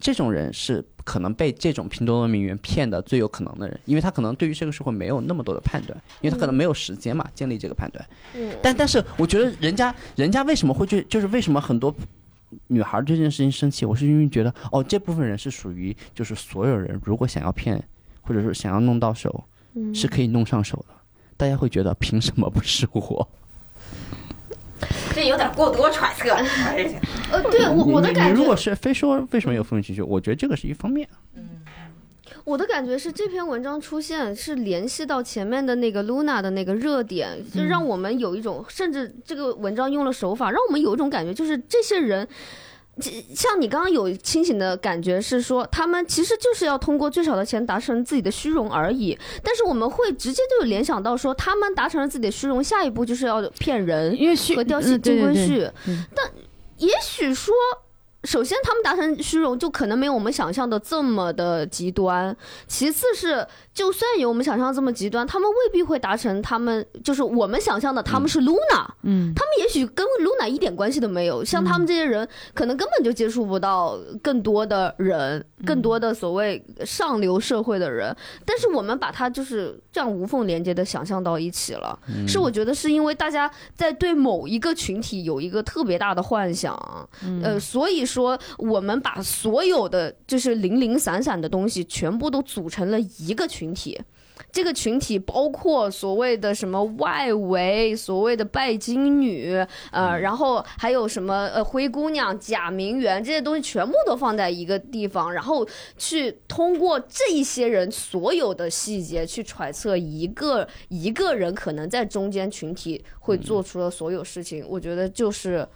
Speaker 5: 这种人是可能被这种拼多多名媛骗的最有可能的人，因为他可能对于这个社会没有那么多的判断，因为他可能没有时间嘛，建立这个判断。
Speaker 6: 嗯
Speaker 5: 但但是我觉得人家人家为什么会去，就是为什么很多女孩对这件事情生气，我是因为觉得哦，这部分人是属于就是所有人如果想要骗，或者说想要弄到手，
Speaker 6: 嗯
Speaker 5: 是可以弄上手的。大家会觉得凭什么不是我？
Speaker 3: 这有点过多揣测，还是
Speaker 6: 呃，对 我我的
Speaker 5: 你你
Speaker 6: 感
Speaker 5: 如
Speaker 6: 觉
Speaker 5: 果，是非说为什么有负面情绪，我觉得这个是一方面。
Speaker 6: 我的感觉是这篇文章出现是联系到前面的那个 Luna 的那个热点，
Speaker 5: 嗯
Speaker 6: 就让我们有一种，甚至这个文章用了手法，让我们有一种感觉，就是这些人。这像你刚刚有清醒的感觉，是说他们其实就是要通过最少的钱达成自己的虚荣而已。但是我们会直接就联想到说，他们达成了自己的虚荣，下一步就是要骗人。
Speaker 4: 因为虚
Speaker 6: 和雕
Speaker 4: 嗯
Speaker 6: 戏
Speaker 4: 对对
Speaker 6: 金龟
Speaker 4: 对
Speaker 6: 婿。
Speaker 4: 嗯
Speaker 6: 但也许说，首先他们达成虚荣，就可能没有我们想象的这么的极端。其次是，就算有我们想象这么极端，他们未必会达成他们就是我们想象的他们是 Luna，、
Speaker 4: 嗯，
Speaker 6: 他们也许跟 Luna 一点关系都没有。像他们这些人，可能根本就接触不到更多的人，更
Speaker 4: 嗯
Speaker 6: 多的所谓上流社会的人。但是我们把它就是这样无缝连接的想象到一起了，
Speaker 4: 嗯
Speaker 6: 是我觉得是因为大家在对某一个群体有一个特别大的幻想，呃，所以说我们把所有的就是零零散散的东西全部都组成了一个群体。这个群体包括所谓的什么外围，所谓的拜金女，
Speaker 5: 嗯
Speaker 6: 呃，然后还有什么呃灰姑娘、假名媛这些东西，全部都放在一个地方，然后去通过这一些人所有的细节去揣测一个一个人可能在中间群体会做出的所有事情，我觉得就是。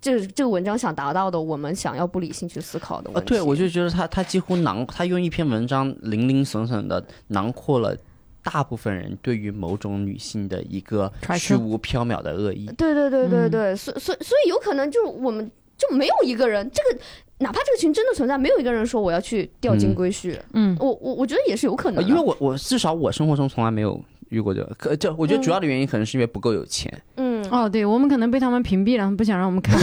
Speaker 6: 这这个文章想达到的，我们想要不理性去思考的
Speaker 5: 啊，
Speaker 6: 问题。
Speaker 5: 对，我就觉得他他几乎囊，他用一篇文章零零散散的囊括了大部分人对于某种女性的一个
Speaker 4: 揣
Speaker 5: 虚
Speaker 4: 测嗯
Speaker 5: 无缥缈的恶意。
Speaker 6: 对对对对对，所所所以有可能就是我们就没有一个人，这个哪怕这个群真的存在，没有一个人说我要去钓金
Speaker 5: 嗯
Speaker 6: 龟婿。
Speaker 4: 嗯
Speaker 6: 我我我觉得也是有可能
Speaker 5: 呃
Speaker 6: 的，
Speaker 5: 因为我我至少我生活中从来没有遇过这个，可就我觉得主要的原因可能是因为不够有钱。
Speaker 6: 嗯
Speaker 4: 哦，对，我们可能被他们屏蔽了，他们不想让我 们看。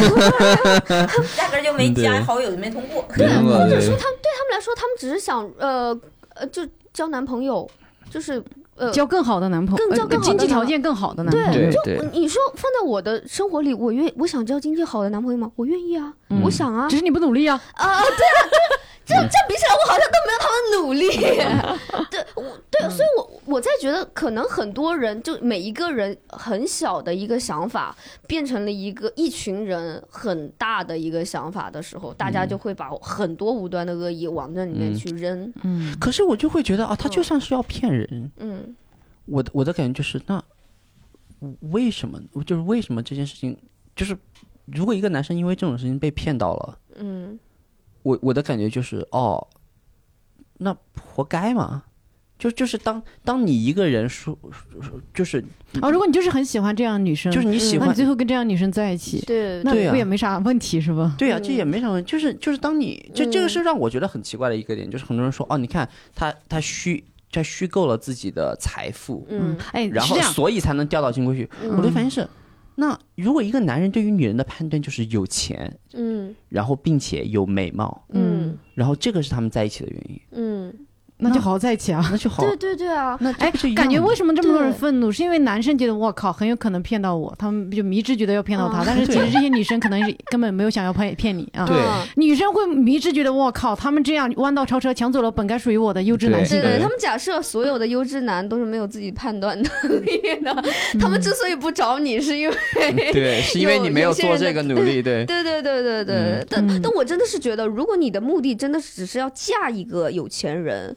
Speaker 3: 压根儿就没加
Speaker 5: 嗯对
Speaker 3: 好友，就没通过。
Speaker 1: 对
Speaker 6: 或者说他们对他们来说，他们只是想呃呃就交男朋友，就是呃
Speaker 4: 交更好的男朋友，
Speaker 6: 更交
Speaker 4: 呃
Speaker 6: 更好的
Speaker 4: 经济
Speaker 6: 男
Speaker 4: 条
Speaker 6: 朋友
Speaker 4: 件更好的男朋
Speaker 6: 对
Speaker 4: 友。
Speaker 5: 对
Speaker 6: 就
Speaker 5: 对
Speaker 6: 我你说放在我的生活里，我愿我想交经济好的男朋友吗？我愿意啊，我想啊
Speaker 4: 只，是你不努力啊，
Speaker 6: 啊、对啊，这这比起来，我好像都没有他们努力。对，我对，所以我我在觉得，可能很多人就每一个人很小的一个想法，变成了一个一群人很大的一个想法的时候，大家就会把很多无端的恶意往那里面去扔。
Speaker 4: 嗯，
Speaker 5: 可是我就会觉得啊，他就算是要骗人，
Speaker 6: 嗯
Speaker 5: 我的我的感觉就是，那为什么就是为什么这件事情，就是如果一个男生因为这种事情被骗到了，
Speaker 6: 嗯
Speaker 5: 我我的感觉就是，哦，那活该嘛。就就是当当你一个人说，说就是
Speaker 4: 哦，如果你就是很喜欢这样的女生，
Speaker 5: 嗯
Speaker 4: 嗯
Speaker 5: 就是你喜
Speaker 4: 那
Speaker 5: 欢
Speaker 4: 你，最后跟这样的女生在一起，
Speaker 6: 对
Speaker 4: 那
Speaker 5: 对啊
Speaker 4: 不也没啥问题是吧？
Speaker 5: 对啊，这也没啥问题。就是就是当你这这个是让我觉得很奇怪的一个点，就是很多人说，哦，你看他他虚他虚构了自己的财富，
Speaker 6: 嗯
Speaker 4: 哎，
Speaker 5: 然
Speaker 4: 是
Speaker 5: 后
Speaker 4: 这样，嗯
Speaker 5: 所以才能钓到金龟婿。我的反应是，那如果一个男人对于女人的判断就是有钱，
Speaker 6: 嗯
Speaker 5: 然后并且有美貌，
Speaker 6: 嗯
Speaker 5: 然后这个是他们在一起的原因，
Speaker 6: 嗯，
Speaker 4: 那就好好在一起啊。
Speaker 5: 那就好。
Speaker 6: 对对对啊，
Speaker 5: 那这
Speaker 4: 哎
Speaker 5: 不就一，样
Speaker 4: 感觉
Speaker 5: 吗
Speaker 4: 为什么这么多人
Speaker 6: 对
Speaker 4: 愤怒？是因为男生觉得我靠很有可能骗到我，他们就迷之觉得要骗到他，
Speaker 6: 啊
Speaker 4: 但是其
Speaker 5: 对
Speaker 4: 实这些女生可能是根本没有想要骗骗你啊。
Speaker 5: 对
Speaker 6: 嗯
Speaker 4: 女生会迷之觉得我靠，他们这样弯道超车，抢走了本该属于我的优质男性
Speaker 6: 对
Speaker 5: 对。
Speaker 6: 对，他们假设所有的优质男都是没有自己判断能力的，他们之所以不找你，是因为
Speaker 5: 对，是因为你没有做这个努力，对。
Speaker 6: 对对对对对。
Speaker 5: 嗯
Speaker 6: 但但我真的是觉得，如果你的目的真的是只是要嫁一个有钱人，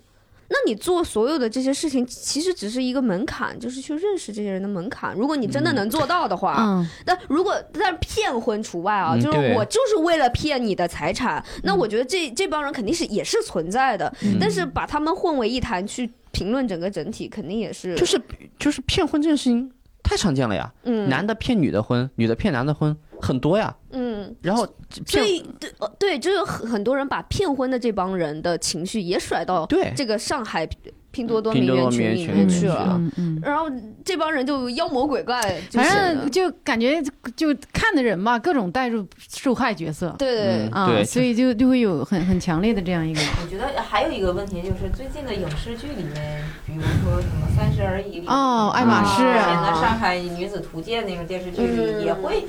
Speaker 6: 那你做所有的这些事情，其实只是一个门槛，就是去认识这些人的门槛。如果你真的能做到的话，
Speaker 5: 啊
Speaker 4: 嗯，
Speaker 6: 但如果但是骗婚除外啊，
Speaker 5: 嗯
Speaker 6: 就是
Speaker 5: 对
Speaker 6: 我就是为了骗你的财产，那我觉得这这帮人肯定是也是存在的，但是把他们混为一谈去评论整个整体，肯定也是
Speaker 5: 就是就是骗婚这件事情太常见了呀，
Speaker 6: 嗯
Speaker 5: 男的骗女的婚，女的骗男的婚，很多呀。
Speaker 6: 嗯，
Speaker 5: 然后
Speaker 6: 所
Speaker 5: 骗
Speaker 6: 以对呃对，就有很很多人把骗婚的这帮人的情绪也甩到
Speaker 5: 对
Speaker 6: 这个上海拼多多
Speaker 5: 拼
Speaker 6: 名
Speaker 5: 多
Speaker 6: 媛
Speaker 5: 多
Speaker 6: 群
Speaker 5: 名媛
Speaker 6: 里
Speaker 5: 群
Speaker 6: 面
Speaker 5: 里
Speaker 6: 去
Speaker 5: 面
Speaker 6: 了，
Speaker 4: 嗯嗯。
Speaker 6: 然后这帮人就妖魔鬼怪就
Speaker 4: 反
Speaker 5: 啊
Speaker 6: 显得，
Speaker 4: 正就感觉就看的人吧，各种带入受害角色
Speaker 6: 对对对
Speaker 5: 嗯
Speaker 4: 啊，
Speaker 5: 对
Speaker 4: 所以就就会有很很强烈的这样一个
Speaker 3: 我觉得还有一个问题就是最近的影视剧里面，比如说什么《三十而已》里
Speaker 4: 哦爱马仕
Speaker 3: 之
Speaker 4: 啊
Speaker 3: 前的《上海女子图鉴》那种电视剧
Speaker 6: 嗯
Speaker 3: 里，也会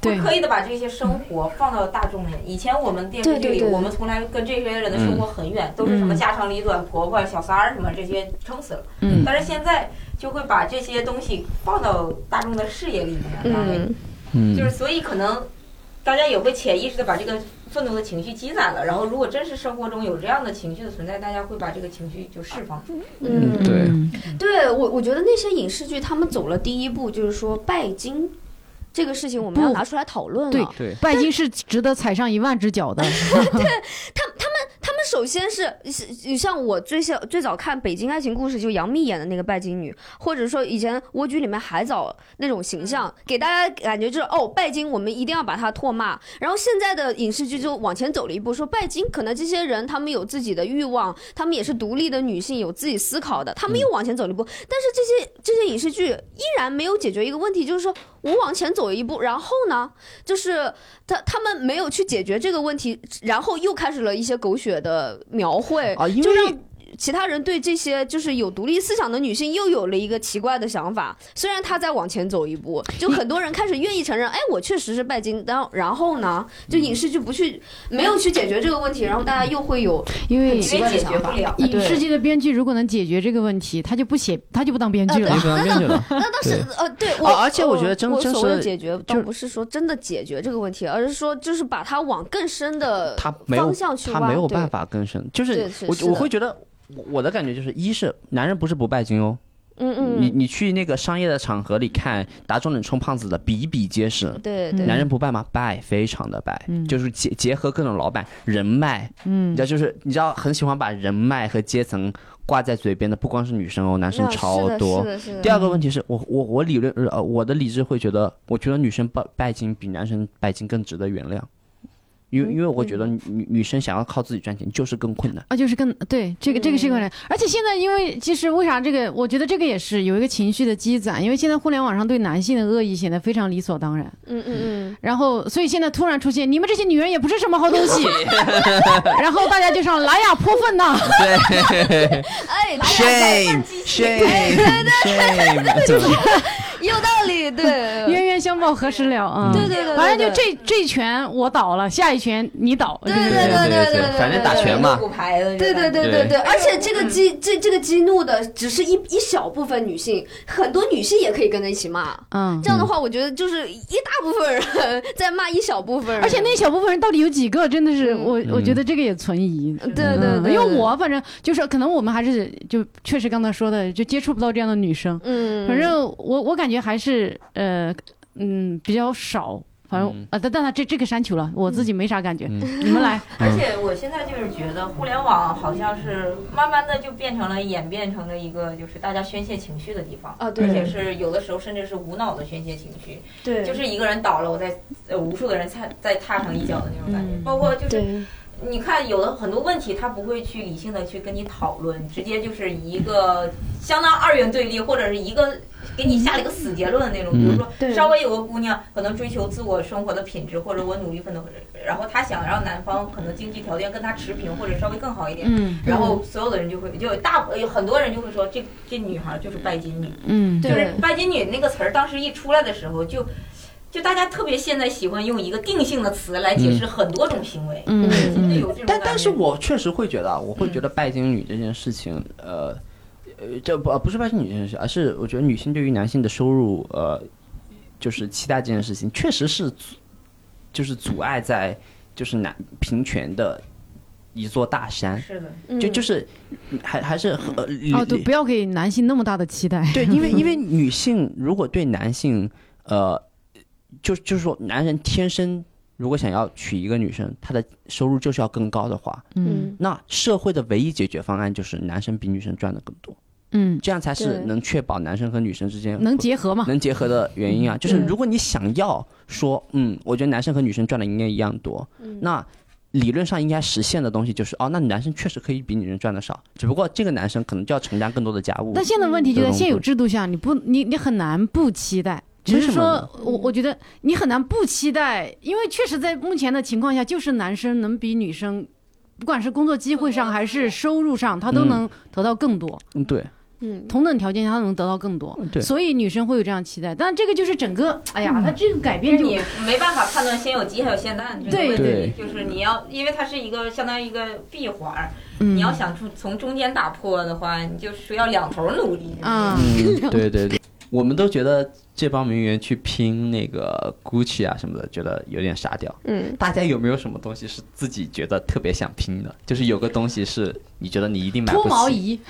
Speaker 4: 对
Speaker 3: 会刻意的把这些生活放到大众面。以前我们电视剧
Speaker 6: 对对
Speaker 3: 里，
Speaker 6: 对
Speaker 3: 我们从来跟这些人的生活很
Speaker 4: 嗯
Speaker 3: 远，都是什么家长里短、婆婆、小三儿什么这些撑死了。
Speaker 4: 嗯
Speaker 3: 但是现在就会把这些东西放到大众的视野里面，然后
Speaker 6: 嗯
Speaker 5: 嗯
Speaker 3: 就是所以可能大家也会潜意识的把这个愤怒的情绪积攒了，然后如果真实生活中有这样的情绪的存在，大家会把这个情绪就释放。
Speaker 6: 嗯
Speaker 5: 对
Speaker 4: 嗯
Speaker 6: 对我，我觉得那些影视剧他们走了第一步，就是说拜金这个事情，我们要
Speaker 4: 不
Speaker 6: 拿出来讨论了。
Speaker 4: 对
Speaker 5: 对
Speaker 4: 拜金是值得踩上一万只 脚的。
Speaker 6: 他们首先是是像我最小最早看《北京爱情故事》，就杨幂演的那个拜金女，或者说以前《蜗居》里面海藻那种形象，给大家感觉就是哦，拜金我们一定要把她唾骂。然后现在的影视剧就往前走了一步，说拜金可能这些人他们有自己的欲望，他们也是独立的女性，有自己思考的，他们又往前走了一步。但是这些这些影视剧依然没有解决一个问题，就是说我往前走一步，然后呢，就是他他们没有去解决这个问题，然后又开始了一些狗血的描绘，
Speaker 5: 啊，因
Speaker 6: 就
Speaker 5: 为
Speaker 6: 让其他人对这些就是有独立思想的女性又有了一个奇怪的想法。虽然她在往前走一步，就很多人开始愿意承认，哎，我确实是拜金。然后然后呢，就影视剧不去没有去解决这个问题，然后大家又 会有
Speaker 4: 因为
Speaker 6: 很奇
Speaker 3: 因
Speaker 6: 怪
Speaker 3: 为
Speaker 6: 的
Speaker 3: 解
Speaker 6: 想
Speaker 3: 决
Speaker 6: 法
Speaker 3: 不了。
Speaker 5: 嗯
Speaker 4: 影视
Speaker 6: 对
Speaker 4: 剧的编剧如果能解决这个问题，他就不写，他就不当编剧了
Speaker 6: 啊。
Speaker 5: 就让面去了。
Speaker 6: 那倒是
Speaker 5: 对
Speaker 6: 呃，对我，
Speaker 5: 啊而且我觉得真
Speaker 6: 我
Speaker 5: 真
Speaker 6: 所谓
Speaker 5: 是
Speaker 6: 解决，倒
Speaker 5: 就是
Speaker 6: 不是说真的解决这个问题，而是说就是把它往更深的
Speaker 5: 他没有
Speaker 6: 方向 去挖。
Speaker 5: 他没有
Speaker 6: 对
Speaker 5: 办，法更生，就
Speaker 6: 对
Speaker 5: 是
Speaker 6: 是是
Speaker 5: 我我
Speaker 6: 的
Speaker 5: 会觉得我我的感觉就是，一是男人不是不拜金哦，
Speaker 6: 嗯
Speaker 5: 你
Speaker 6: 嗯，
Speaker 5: 你去那个商业的场合里看打肿脸充胖子的比比皆是。
Speaker 6: 对对，
Speaker 5: 男人不败吗？败，非常的败，就是结结合各种老板人脉，嗯，你知道就是你知道很喜欢把人脉和阶层挂在嘴边的，不光是女生哦，男生
Speaker 6: 啊
Speaker 5: 超
Speaker 6: 是
Speaker 5: 多。
Speaker 6: 的，是的，是
Speaker 5: 第
Speaker 6: 的，
Speaker 5: 二个问题是我我我理论呃我的理智会觉得，我觉得女生拜拜金比男生拜金更值得原谅，因为因为我觉得女女女生想要靠自己赚钱就是更困难。
Speaker 4: 啊，就是更对这个这个是个人，而且现在因为其实为啥这个，我觉得这个也是有一个情绪的积攒，因为现在互联网上对男性的恶意显得非常理所当然，
Speaker 6: 嗯嗯
Speaker 4: 然后所以现在突然出现你们这些女人也不是什么好东西， 然后大家就上来呀泼粪呐，
Speaker 6: 嗯，哎，
Speaker 5: shame shame shame，
Speaker 6: 有道理，对，
Speaker 4: 冤冤冤相报何时了啊？
Speaker 6: 对对对对，
Speaker 4: 反正就
Speaker 6: 对。
Speaker 4: 这这一拳我倒了，下一拳你倒，
Speaker 6: 对
Speaker 4: 就是
Speaker 6: 对对对对对，
Speaker 5: 反正打拳嘛嗯
Speaker 3: 骨牌子，
Speaker 6: 对对对对对，而且这个激这这个激怒的只是一一小部分女性，很多女性也可以跟着一起骂。
Speaker 4: 嗯
Speaker 6: 这。样的话，我觉得就是一大部分人在骂一小部分人，
Speaker 4: 而且那小部分人到底有几个，真的是
Speaker 6: 嗯
Speaker 4: 我，我
Speaker 5: 嗯
Speaker 4: 觉得这个也存疑。
Speaker 6: 对对对
Speaker 4: 嗯
Speaker 6: 对
Speaker 4: 因为我反正就是可能我们还是就确实刚才说的，就接触不到这样的女生。
Speaker 6: 嗯，
Speaker 4: 反正我我感觉还是呃嗯比较少，反正啊但但他这这个删除了，我自己没啥感觉。
Speaker 5: 嗯
Speaker 4: 你们来，
Speaker 3: 而且我现在就是觉得互联网好像是慢慢的就变成了演变成了一个就是大家宣泄情绪的地方，
Speaker 6: 啊，
Speaker 3: 而且
Speaker 6: 对
Speaker 3: 是有的时候甚至是无脑的宣泄情绪，
Speaker 6: 对，
Speaker 3: 就是一个人倒了，我再呃无数个人踩再踏上一脚的那种感觉
Speaker 4: 嗯。
Speaker 3: 包括就是
Speaker 6: 对
Speaker 3: 你看有的很多问题，他不会去理性的去跟你讨论，直接就是一个相当二元对立，或者是一个给你下了一个死结论的那种。比如说
Speaker 6: 对
Speaker 3: 稍微有个姑娘可能追求自我生活的品质，或者我努力奋斗，然后她想让男方可能经济条件跟她持平或者稍微更好一点，
Speaker 4: 嗯
Speaker 3: 然后所有的人就会就有大有很多人就会说这这女孩就是拜金女，
Speaker 4: 嗯
Speaker 6: 对
Speaker 3: 就是拜金女那个词儿当时一出来的时候就。就大家特别现在喜欢用一个定性的词来解释很多种行为，
Speaker 4: 嗯
Speaker 3: 真的
Speaker 4: 嗯
Speaker 3: 有这种
Speaker 5: 但
Speaker 3: 感
Speaker 5: 但
Speaker 3: 觉
Speaker 5: 是我确实会觉得啊，我会觉得拜金女这件事情，呃，呃，这不不是拜金女这件事，而是我觉得女性对于男性的收入，呃，就是期待这件事情，确实是阻，就是阻碍在就是男平权的一座大山，
Speaker 3: 是的，
Speaker 5: 就就是还还是很呃
Speaker 4: 哦对，
Speaker 5: 理
Speaker 4: 不要给男性那么大的期待。
Speaker 5: 对，因为因为女性如果对男性，呃，就就是说，男人天生如果想要娶一个女生，他的收入就是要更高的话，
Speaker 4: 嗯
Speaker 5: 那社会的唯一解决方案就是男生比女生赚的更多，
Speaker 4: 嗯，
Speaker 5: 这样才是
Speaker 6: 对
Speaker 5: 能确保男生和女生之间
Speaker 4: 能嗯
Speaker 5: 不
Speaker 4: 结合嘛？
Speaker 5: 能结合的原因啊。就是
Speaker 6: 对
Speaker 5: 如果你想要说，嗯，我觉得男生和女生赚的应该一样多，
Speaker 4: 嗯
Speaker 5: 那。理论上应该实现的东西就是哦，那男生确实可以比女生赚的少，只不过这个男生可能就要承担更多的家务。
Speaker 4: 但现在问题就在
Speaker 5: 嗯
Speaker 4: 现有制度下，你不你你很难不期待。只
Speaker 5: 为
Speaker 4: 是
Speaker 5: 什么
Speaker 4: 说
Speaker 5: 呢，
Speaker 4: 我我觉得你很难不期待，因为确实在目前的情况下，就是男生能比女生，不管是工作机会上还是收入上，他都
Speaker 5: 嗯
Speaker 4: 能得到更多。
Speaker 5: 嗯， 对，
Speaker 6: 嗯，
Speaker 4: 同等条件下，他能得到更多，
Speaker 5: 嗯对
Speaker 4: 所以女生会有这样期待。但这个就是整个，哎呀，他这个改
Speaker 3: 就是
Speaker 4: 变就
Speaker 3: 你没办法判断先有鸡还有先蛋这个
Speaker 4: 对
Speaker 3: 问题，就是你要，因为它是一个相当于一个闭环儿，
Speaker 4: 嗯
Speaker 3: 你要想出从中间打破的话，你就是要两头努力。
Speaker 4: 啊，
Speaker 5: 嗯，对对对，我们都觉得这帮名媛去拼那个 GUCCI 啊什么的，觉得有点傻屌。
Speaker 6: 嗯，
Speaker 5: 大家有没有什么东西是自己觉得特别想拼的？就是有个东西是你觉得你一定买不
Speaker 4: 脱
Speaker 5: 起。
Speaker 4: 毛仪。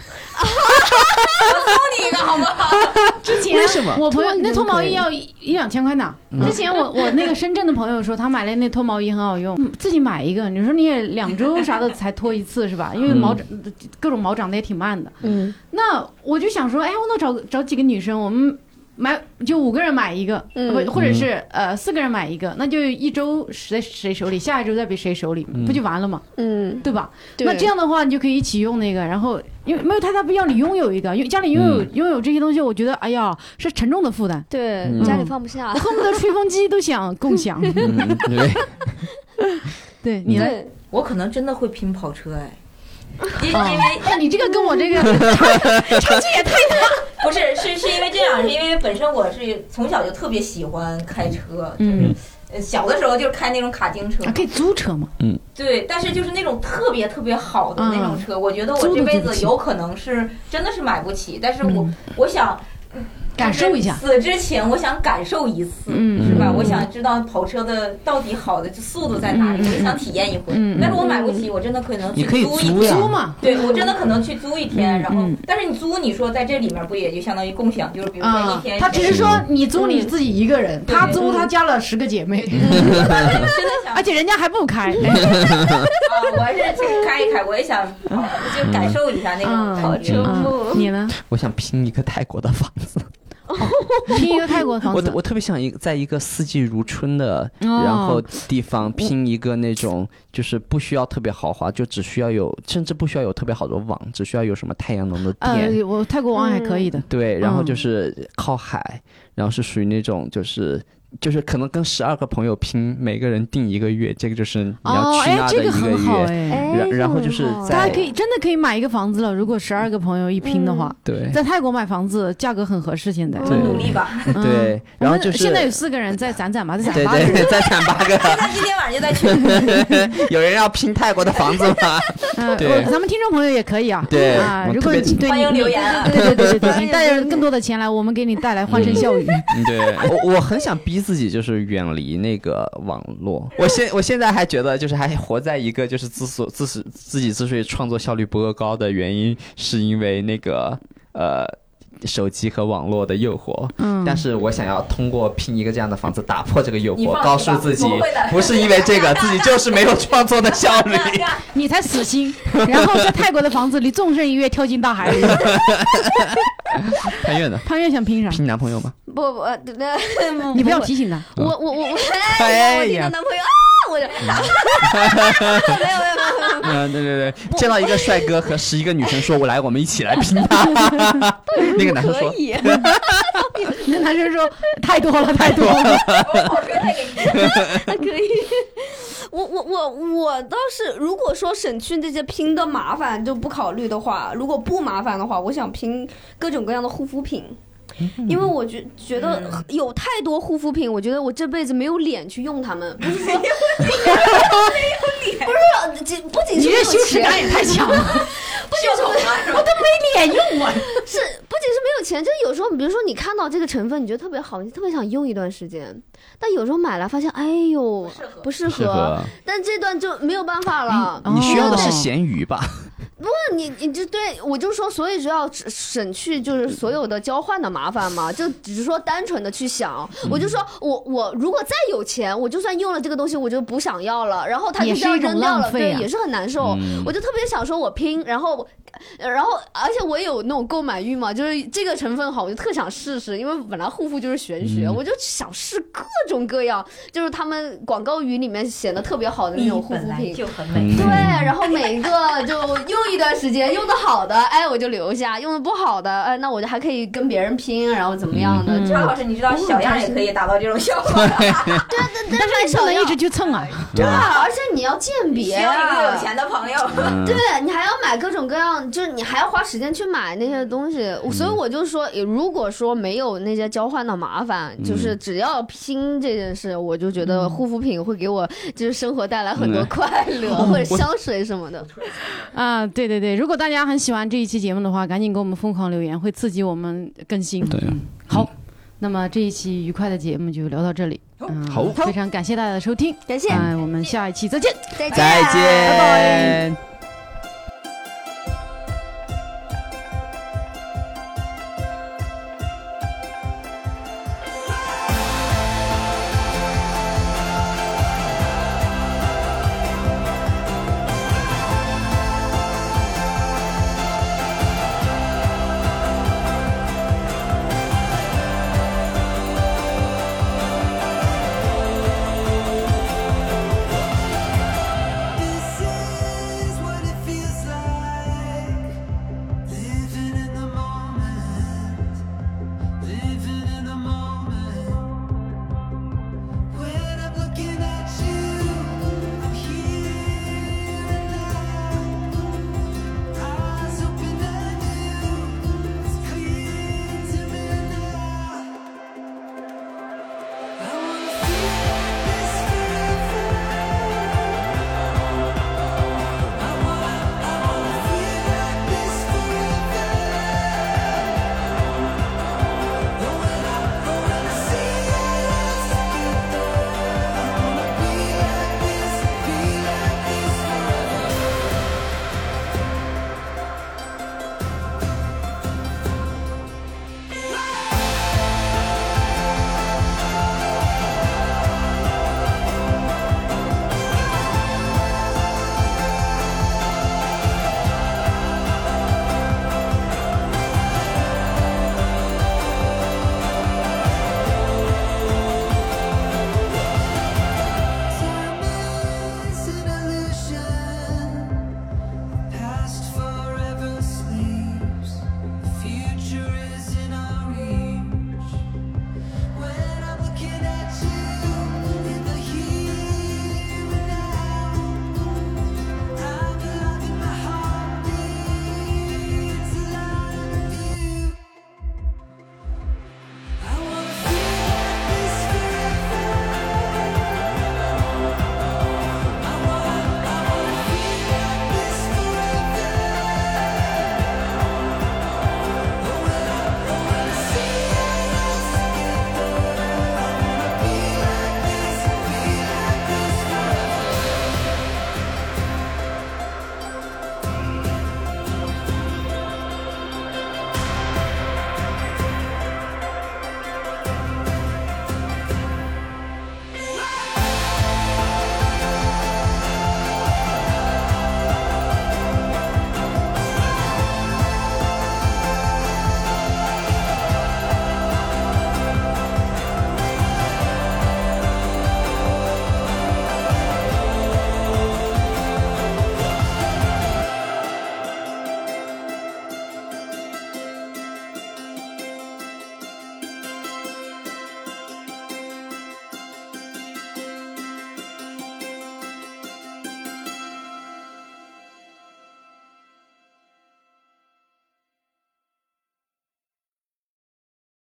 Speaker 3: 你一个好不好？
Speaker 4: 之前
Speaker 5: 为什么嗯
Speaker 4: 我朋友
Speaker 6: 脱毛仪
Speaker 4: 那脱毛
Speaker 6: 可
Speaker 4: 仪
Speaker 6: 以
Speaker 4: 要一一两千块呢？之前我我那个深圳的朋友说，他买了那脱毛仪很好用，嗯自己买一个，你说你也两周啥的才脱一次是吧？因为毛
Speaker 5: 嗯
Speaker 4: 长各种毛长得也挺慢的。
Speaker 6: 嗯，
Speaker 4: 那我就想说，哎，我那找找几个女生，我们买就五个人买一个，
Speaker 6: 嗯
Speaker 4: 不、或者是呃四个人买一个，那就一周谁谁手里，下一周再比谁手里，不就完了吗？
Speaker 6: 嗯，
Speaker 4: 对吧？
Speaker 6: 对
Speaker 4: 那这样的话，你就可以一起用那个，然后因为没有太大必要，你拥有一个，因为家里拥有、拥有这些东西，我觉得哎呀是沉重的负担，
Speaker 6: 对
Speaker 5: 嗯
Speaker 6: 家里放不下
Speaker 4: 我，恨不得吹风机都想共享。
Speaker 5: 嗯， 对，
Speaker 4: 对你来，
Speaker 6: 对
Speaker 3: 我可能真的会拼跑车 哎，因因
Speaker 4: 啊
Speaker 3: 为
Speaker 4: 那你这个跟我这个差距也太
Speaker 3: 不是是是因为这样，是因为本身我是从小就特别喜欢开车，就是
Speaker 4: 嗯
Speaker 3: 呃小的时候就是开那种卡丁车
Speaker 4: 啊，可以租车嘛？
Speaker 3: 对，但是就是那种特别特别好的那种车，我觉得我
Speaker 4: 嗯租
Speaker 3: 这
Speaker 4: 都
Speaker 3: 辈
Speaker 4: 租不
Speaker 3: 子
Speaker 4: 起嗯
Speaker 3: 有可能是真的是买不起，但是我、我想
Speaker 4: 感受一下，
Speaker 3: 死之前，我想感受一次，
Speaker 4: 嗯
Speaker 3: 是吧？
Speaker 5: 嗯
Speaker 3: 我想知道跑车的到底好的速度在哪里，
Speaker 4: 嗯
Speaker 3: 我想体验一回。
Speaker 4: 嗯嗯
Speaker 3: 但是我买不起，我真的可能去
Speaker 5: 你可以
Speaker 3: 租一
Speaker 5: 租呀
Speaker 3: 天。
Speaker 4: 租嘛。
Speaker 3: 对，我真的可能去租一天，
Speaker 4: 嗯
Speaker 3: 然后
Speaker 4: 嗯，
Speaker 3: 但是你租，你说在这里面不也就相当于共享，就是比如说一
Speaker 4: 啊
Speaker 3: 天，，
Speaker 4: 他只是说你租你自己一个人，
Speaker 3: 对
Speaker 4: 他租他加了十个姐妹，
Speaker 3: 真的想
Speaker 4: 而且人家还不开。
Speaker 3: 啊，我还是去开一开，我也想跑就感受一下那
Speaker 4: 嗯
Speaker 3: 种跑车。
Speaker 4: 嗯你呢？
Speaker 5: 我想拼一个泰国的房子，
Speaker 4: 拼一个泰国房
Speaker 5: 我
Speaker 4: 子，
Speaker 5: 我特别想一个在一个四季如春的，
Speaker 4: 哦
Speaker 5: 然后地方拼一个那种，就是不需要特别豪华，就只需要有，甚至不需要有特别好的网，只需要有什么太阳能的电，
Speaker 4: 呃，我泰国王还可以的。
Speaker 5: 对，然后
Speaker 4: 嗯
Speaker 5: 就是靠海，然后是属于那种就是就是可能跟十二个朋友拼，每个人定一个月，这个就是你要
Speaker 4: 哦，
Speaker 5: 去
Speaker 4: 哎
Speaker 5: 那，
Speaker 4: 这
Speaker 5: 的一
Speaker 4: 个很好
Speaker 5: 月。
Speaker 4: 哎，
Speaker 6: 哎
Speaker 5: 然然后就是
Speaker 6: 这个很好
Speaker 4: 大家
Speaker 5: 在
Speaker 4: 可以真的可以买一个房子了。如果十二个朋友一拼的话，
Speaker 5: 对
Speaker 4: 在泰国买房子价格很合适，现在。
Speaker 3: 我
Speaker 5: 对
Speaker 3: 们努力吧。
Speaker 4: 嗯
Speaker 5: 对，然后就是
Speaker 4: 我们现在有四个人在攒攒吧，在攒
Speaker 5: 对
Speaker 4: 八个人。
Speaker 5: 对，再攒八个，
Speaker 3: 那今天晚上就在群
Speaker 5: 有人要拼泰国的房子吗？
Speaker 4: 嗯，
Speaker 5: 对
Speaker 4: 我咱们听众朋友也可以啊。
Speaker 5: 对
Speaker 4: 啊，
Speaker 5: 我
Speaker 4: 如果
Speaker 5: 特别
Speaker 4: 你对
Speaker 3: 欢迎
Speaker 4: 你
Speaker 3: 留言啊！
Speaker 4: 对对对对对，
Speaker 6: 欢迎
Speaker 4: 你带着更多的钱来，我们给你带来欢声笑 语。
Speaker 5: 嗯，对我我很想逼自己，就是远离那个网络。我现我现在还觉得，就是还活在一个就是自所自是自己之所以创作效率不够高的原因，是因为那个呃手机和网络的诱惑。
Speaker 4: 嗯，
Speaker 5: 但是我想要通过拼一个这样的房子打破这个诱
Speaker 3: 你
Speaker 5: 惑，
Speaker 3: 放
Speaker 5: 告
Speaker 3: 弃吧
Speaker 5: 诉自己
Speaker 3: 我会的
Speaker 5: 不是因为这个，自己就是没有创作的效 率。
Speaker 4: 你才死心，然后在泰国的房子里纵身一跃跳进大 海里。
Speaker 5: 潘 越呢？
Speaker 4: 潘越想拼啥？
Speaker 5: 拼男朋友吗？
Speaker 6: 不不，呃那
Speaker 5: 嗯
Speaker 4: 你不要提醒他。
Speaker 6: 我我我我，
Speaker 5: 哎
Speaker 6: 哎我听
Speaker 5: 呀
Speaker 6: 到男朋友啊，我就没有没有没有没有。
Speaker 5: 嗯，对对对，见到一个帅哥和十一个女生说：“我来，我们一起来拼他。” 那个男生说
Speaker 6: 可以，
Speaker 4: 那男生说太多了，太多 了。
Speaker 6: 可以。 我我我我倒是，如果说省去那些拼的麻烦就不考虑的话，如果不麻烦的话，我想拼各种各样的护肤品。
Speaker 4: 嗯
Speaker 6: 因为我觉觉得有太多护肤品，我觉得我这辈子没有脸去用它们，不是 说没有脸，不是仅不仅
Speaker 4: 你
Speaker 6: 是没
Speaker 4: 这
Speaker 6: 有
Speaker 4: 羞耻
Speaker 6: 钱
Speaker 4: 感也太 强了，
Speaker 3: 秀宠啊，是吧？
Speaker 4: 没脸用我。
Speaker 6: 是，不仅是没有钱，就是有时候，比如说你看到这个成分，你觉得特别好，你特别想用一段时间，但有时候买来发现，哎呦，
Speaker 3: 适合
Speaker 6: 不适
Speaker 5: 适
Speaker 4: 啊
Speaker 5: 合。
Speaker 6: 但这段就没有办法了。
Speaker 4: 哦
Speaker 5: 你需要的是咸鱼吧？
Speaker 6: 那你你就对我就说，所以就要省去就是所有的交换的麻烦嘛，就只是说单纯的去想。我就说我我如果再有钱，我就算用了这个东西，我就不想要了，然后它就
Speaker 4: 也
Speaker 6: 这
Speaker 4: 是
Speaker 6: 样
Speaker 4: 一种
Speaker 6: 扔掉
Speaker 4: 浪
Speaker 6: 了，
Speaker 4: 费
Speaker 6: 对，
Speaker 4: 啊
Speaker 6: 也是很难受。我就特别想说，我拼，然后我。呃然后，而且我有那种购买欲嘛，就是这个成分好，我就特想试试，因为本来护肤就是玄学，我就想试各种各样，就是他们广告语里面写的特别好的那
Speaker 3: 你
Speaker 6: 种护肤
Speaker 3: 本来
Speaker 6: 品，
Speaker 3: 就很
Speaker 5: 嗯
Speaker 3: 美，
Speaker 6: 对，然后每一个就用一段时间，用的好的，哎，我就留下；用的不好的，哎，那我就还可以跟别人拼，然后怎么样的？
Speaker 4: 嗯
Speaker 6: 就
Speaker 3: 张老师，你知道小样也可以达到这种效果，
Speaker 6: 但
Speaker 4: 但是你
Speaker 6: 是
Speaker 4: 不能
Speaker 6: 要
Speaker 4: 一直去蹭啊。
Speaker 6: 对，而且你要鉴
Speaker 3: 需
Speaker 6: 别
Speaker 3: 要一个有
Speaker 6: 啊。
Speaker 3: 钱的朋友。
Speaker 5: 嗯
Speaker 6: 对你还要买各种各样，就是你还要花时间去买那些东西，所以我就说，如果说没有那些交换的麻烦，就是
Speaker 5: 嗯
Speaker 6: 只要拼这件事，我就觉得护肤品会给我就是生活带来很多
Speaker 5: 嗯
Speaker 6: 快乐，或者香水什么的。
Speaker 4: 啊，对对对，如果大家很喜欢这一期节目的话，赶紧给我们疯狂留言，会刺激我们更新。
Speaker 5: 对啊
Speaker 4: 嗯好，那么这一期愉快的节目就聊到这里。嗯，
Speaker 5: 好
Speaker 4: 非常感谢大家的收听，
Speaker 6: 感谢，
Speaker 4: 哎，我们下一期再见。
Speaker 6: 再见，
Speaker 5: 再见。
Speaker 6: 拜拜。